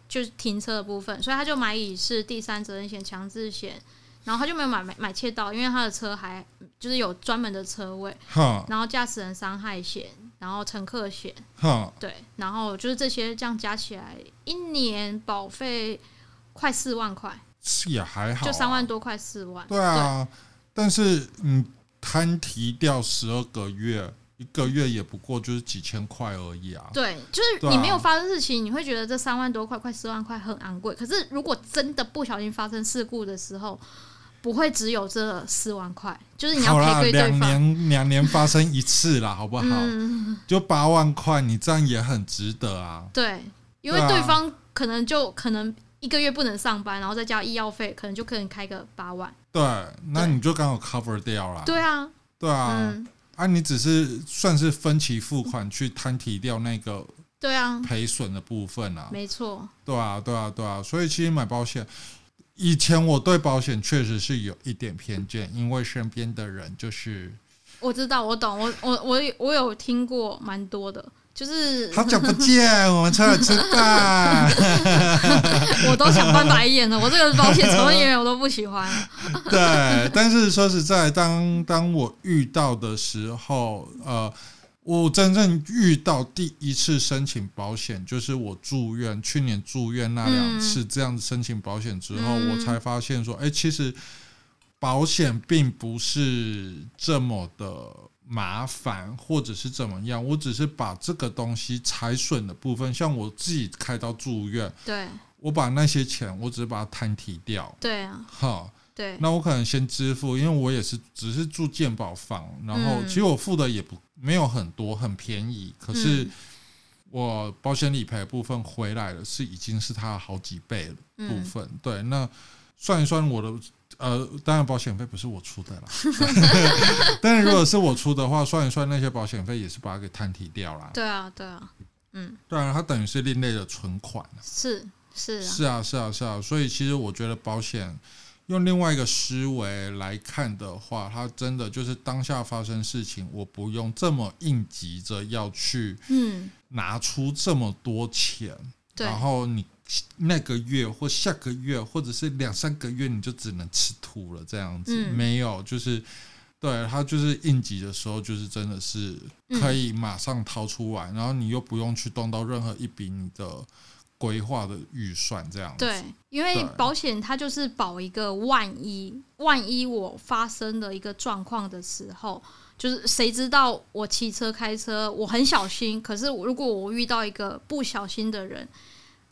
就是停车的部分，所以他就买乙式第三责任险、强制险，然后他就没有买买买窃盗，因为他的车还就是有专门的车位，
哈
然后驾驶人伤害险，然后乘客险，
哈，
对，然后就是这些这样加起来，一年保费快四万块，
是也还好、
就三万。多块四万。
对啊，但是你摊提掉十二个月，一个月也不过就是几千块而已啊。
对，就是
对
你
啊
没有发生事情，你会觉得这三万多块、快四万块很昂贵。可是如果真的不小心发生事故的时候，不会只有这四万块，就是你要
好啦，
赔给对
两
方。
年两年发生一次啦，好不好？
嗯，
就八万块，你这样也很值得啊。
对，因为
对啊
对方可能就可能一个月不能上班，然后再加医药费，可能就可能开个八万。
对，那
对
你就刚好 cover 掉啦。
对啊，
对啊，
嗯，
啊，你只是算是分期付款去摊提掉那个
对啊，
赔损的部分啊。
没错，
对啊，对啊，对啊，所以其实买保险，以前我对保险确实是有一点偏见，因为身边的人就是
我知道，我懂，我我我有我有听过蛮多的，就是
好久不见，我们出来吃饭。
我都想翻白眼了，我这个保险从业人员我都不喜欢。
对，但是说实在，当当我遇到的时候，呃，我真正遇到第一次申请保险，就是我住院，去年住院那两次这样子申请保险之后，
嗯
我才发现说，哎，其实保险并不是这么的。麻烦或者是怎么样，我只是把这个东西财损的部分，像我自己开刀住院，
对
我把那些钱，我只是把它摊提掉，
对啊，
哈，
对，
那我可能先支付，因为我也是只是住健保房，然后
嗯
其实我付的也不没有很多，很便宜，可
嗯
是我保险理赔的部分回来了，是已经是它好几倍了部
嗯，
分。对，那算一算我的。呃，当然保险费不是我出的啦， 但是如果是我出的话，算一算那些保险费也是把它给摊提掉啦。
对啊对啊，嗯，
当然它等于是另类的存款啊
是是
是啊，
啊，
是啊，是啊。所以其实我觉得保险用另外一个思维来看的话，它真的就是当下发生事情，我不用这么应急着要去
嗯，
拿出这么多钱，
对
然后你那个月或下个月或者是两三个月你就只能吃土了这样子，
嗯
没有就是。对它就是应急的时候，就是真的是
嗯
可以马上掏出来，然后你又不用去动到任何一笔你的规划的预算这样子。
对，因为
对
保险它就是保一个万一，万一我发生的一个状况的时候，就是谁知道我骑车开车我很小心，可是我如果我遇到一个不小心的人，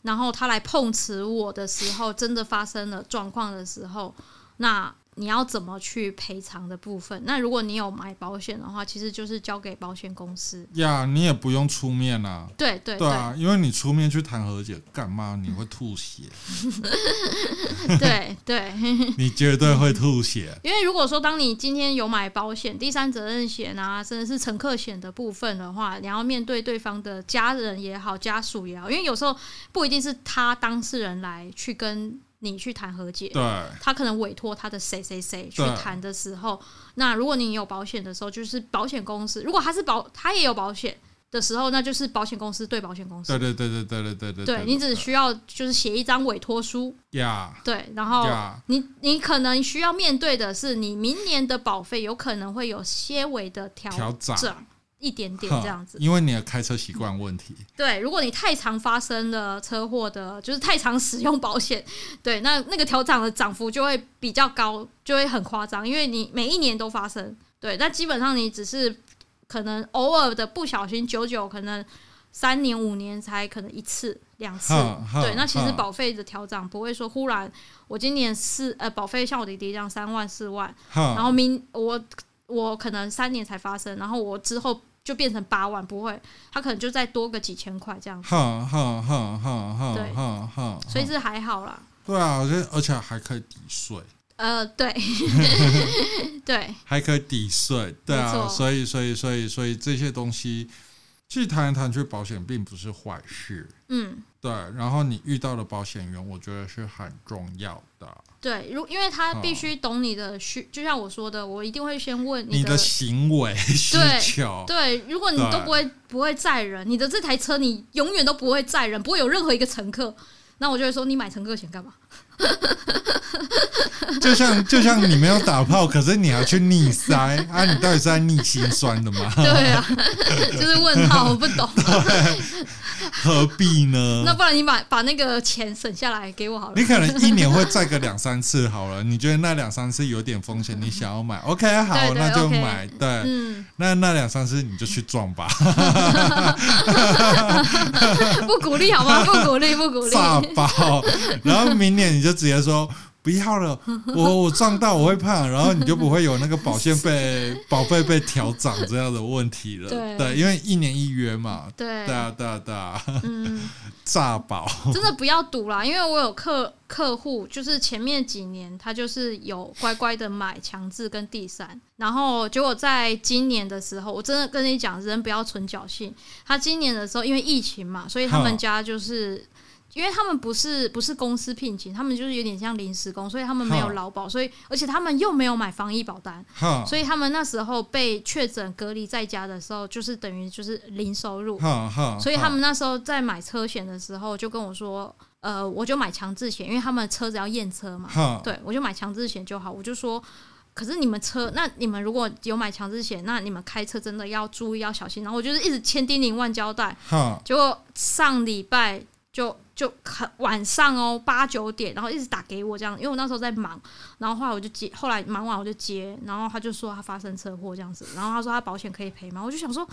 然后他来碰瓷我的时候，真的发生了状况的时候，那。你要怎么去赔偿的部分？那如果你有买保险的话，其实就是交给保险公司。
呀你也不用出面啦、
对对
对啊，因为你出面去谈和解，干嘛你会吐 血？
对对对，
你绝对会吐血。
因为如果说当你今天有买保险、第三责任险啊，甚至是乘客险的部分的话，你要面对对方的家人也好、家属也好，因为有时候不一定是他当事人来去跟你去谈和解，
对
他可能委托他的谁谁谁去
对
谈的时候，那如果你有保险的时候，就是保险公司；如果他是保，他也有保险的时候，那就是保险公司 对保险公司
对，对对对对对对对
对你只需要就是写一张委托书，
呀
对，然后
呀
你你可能需要面对的是，你明年的保费有可能会有些微的
调
调
涨，
整，一点点
哼
这样子。
因为你的开车习惯问题。
对，如果你太常发生了车祸的，就是太常使用保险， 对，那那个调涨的涨幅就会比较高，就会很夸张，因为你每一年都发生。对，那基本上你只是可能偶尔的不小心，久久可能三年五年才可能一次两次
哼。哼
对，那其实
哼
保费的调涨不会说忽然我今年四呃保费像我弟弟这样三万四万，
哈，
然后明我我可能三年才发生，然后我之后就变成八万，不会，他可能就再多个几千块这样子，
哈哈哈哈哈
对
哈哈，
所以是还好啦。
对啊，而且而且还可以抵税，
呃， 对，对，
还可以抵税，对
没
啊，
错
所以所以所以所以这些东西，去谈来谈去，保险并不是坏事。
嗯，
对，然后你遇到的保险员，我觉得是很重要的。
对，如因为他必
哦
须懂你的需，就像我说的，我一定会先问
你的
的。
行为需求，
对，如果你
对
都不会不会载人，你的这台车你永远都不会载人，不会有任何一个乘客，那我就会说你买乘客险干嘛？
就像就像你没有打炮，可是你还去逆塞啊？你到底 是在逆心酸的吗？
对啊，就是问号，我不懂。
何必呢？
那不然你把把那个钱省下来给我好了
你。可能一年会再个两三次好了，你觉得那两三次有点风 险，你想要买，OK，好，
对对
那就
OK
买。对，
嗯，
那那两三次你就去撞吧，
不鼓励好吗？不鼓励，不 鼓励。
炸爆。然后明年你就直接说不要 了，我我撞到我会怕，然后你就不会有那个保险 被保费被调涨这样的问题了。
对
对，因为一年一约嘛。
对
对，啊，对啊，对啊，
嗯，
炸爆！
真的不要赌啦，因为我有客客户，就是前面几年他就是有乖乖的买强制跟第三，然后结果在今年的时候，我真的跟你讲，人不要存侥幸。他今年的时候因为疫情嘛，所以他
好
们家就是。因为他们不是不是公司聘请，他们就是有点像临时工，所以他们没有
好
劳保，所以而且他们又没有买防疫保单，
哈
所以他们那时候被确诊隔离在家的时候，就是等于就是零收入。
哈哈，
所以他
哈
们那时候在买车险的时候就跟我说，呃，我就买强制险，因为他们车子要验车嘛，
哈
对我就买强制险就好。我就说，可是你们车，那你们如果有买强制险，那你们开车真的要注意要小心。然后我就是一直千叮咛万交代，
哈
结果上礼拜就就很晚上哦八九点，然后一直打给我这样，因为我那时候在忙，然后后来我就接，后来忙完我就接，然后他就说他啊发生车祸这样子，然后他说他保险可以赔吗？我就想说，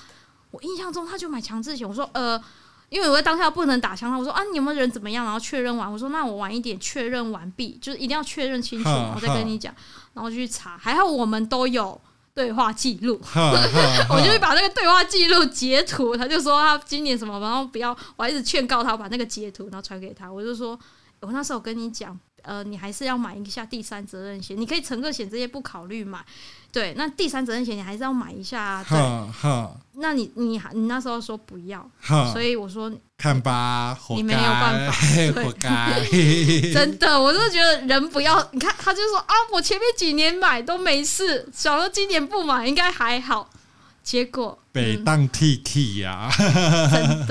我印象中他就买强制险，我说呃。因为我在当下不能打枪他，我说啊，你有没有人怎么样？然后确认完，我说那我晚一点确认完毕，就是一定要确认清楚，
哈
然后再跟你讲。然后就去查，还好我们都有对话记录，
哈哈，哈
我就会把那个对话记录截图，他就说他今年什么，然后不要，我还一直劝告他把那个截图然后传给他，我就说，我那时候跟你讲，呃，你还是要买一下第三责任险，你可以乘客险这些不考虑买，对，那第三责任险你还是要买一下、啊，对，
哈哈
那你你还你那时候说不要，
哈，
所以我说
看吧，活
你没
该，
有办法
嘿
对
活该， 嘿嘿嘿
真的，我就觉得人不要，你看他就说啊，我前面几年买都没事，想说今年不买应该还好，结果
北当啊 T T 呀，
嗯真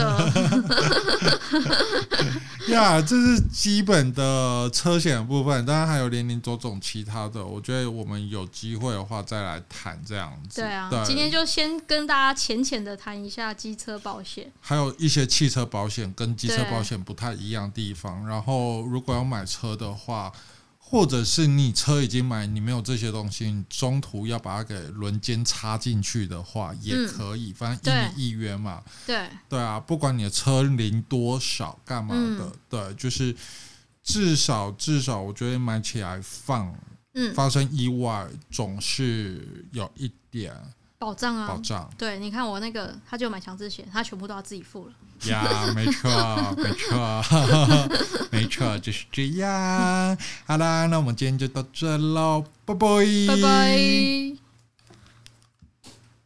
的
呀，这是基本的车险的部分，当然还有零零种种其他的，我觉得我们有机会的话再来谈这样子。
对啊，今天就先跟大家浅浅的谈一下机车保险，
还有一些汽车保险跟机车
对
保险不太一样的地方，然后如果要买车的话。或者是你车已经买，你没有这些东西，你中途要把它给轮间插进去的话也
嗯
可以，反正
对
一年一约嘛。
对
对啊，不管你的车龄多少，干嘛的，
嗯
对，就是至少至少，我觉得买起来放，
嗯
发生意外总是有一点
保障啊
保，障
对，你看我那个他就买强制险，他全部都要自己付了，
呀、没错，没错，没错，就是这样。好啦，那我们今天就到这喽，拜拜，
拜拜。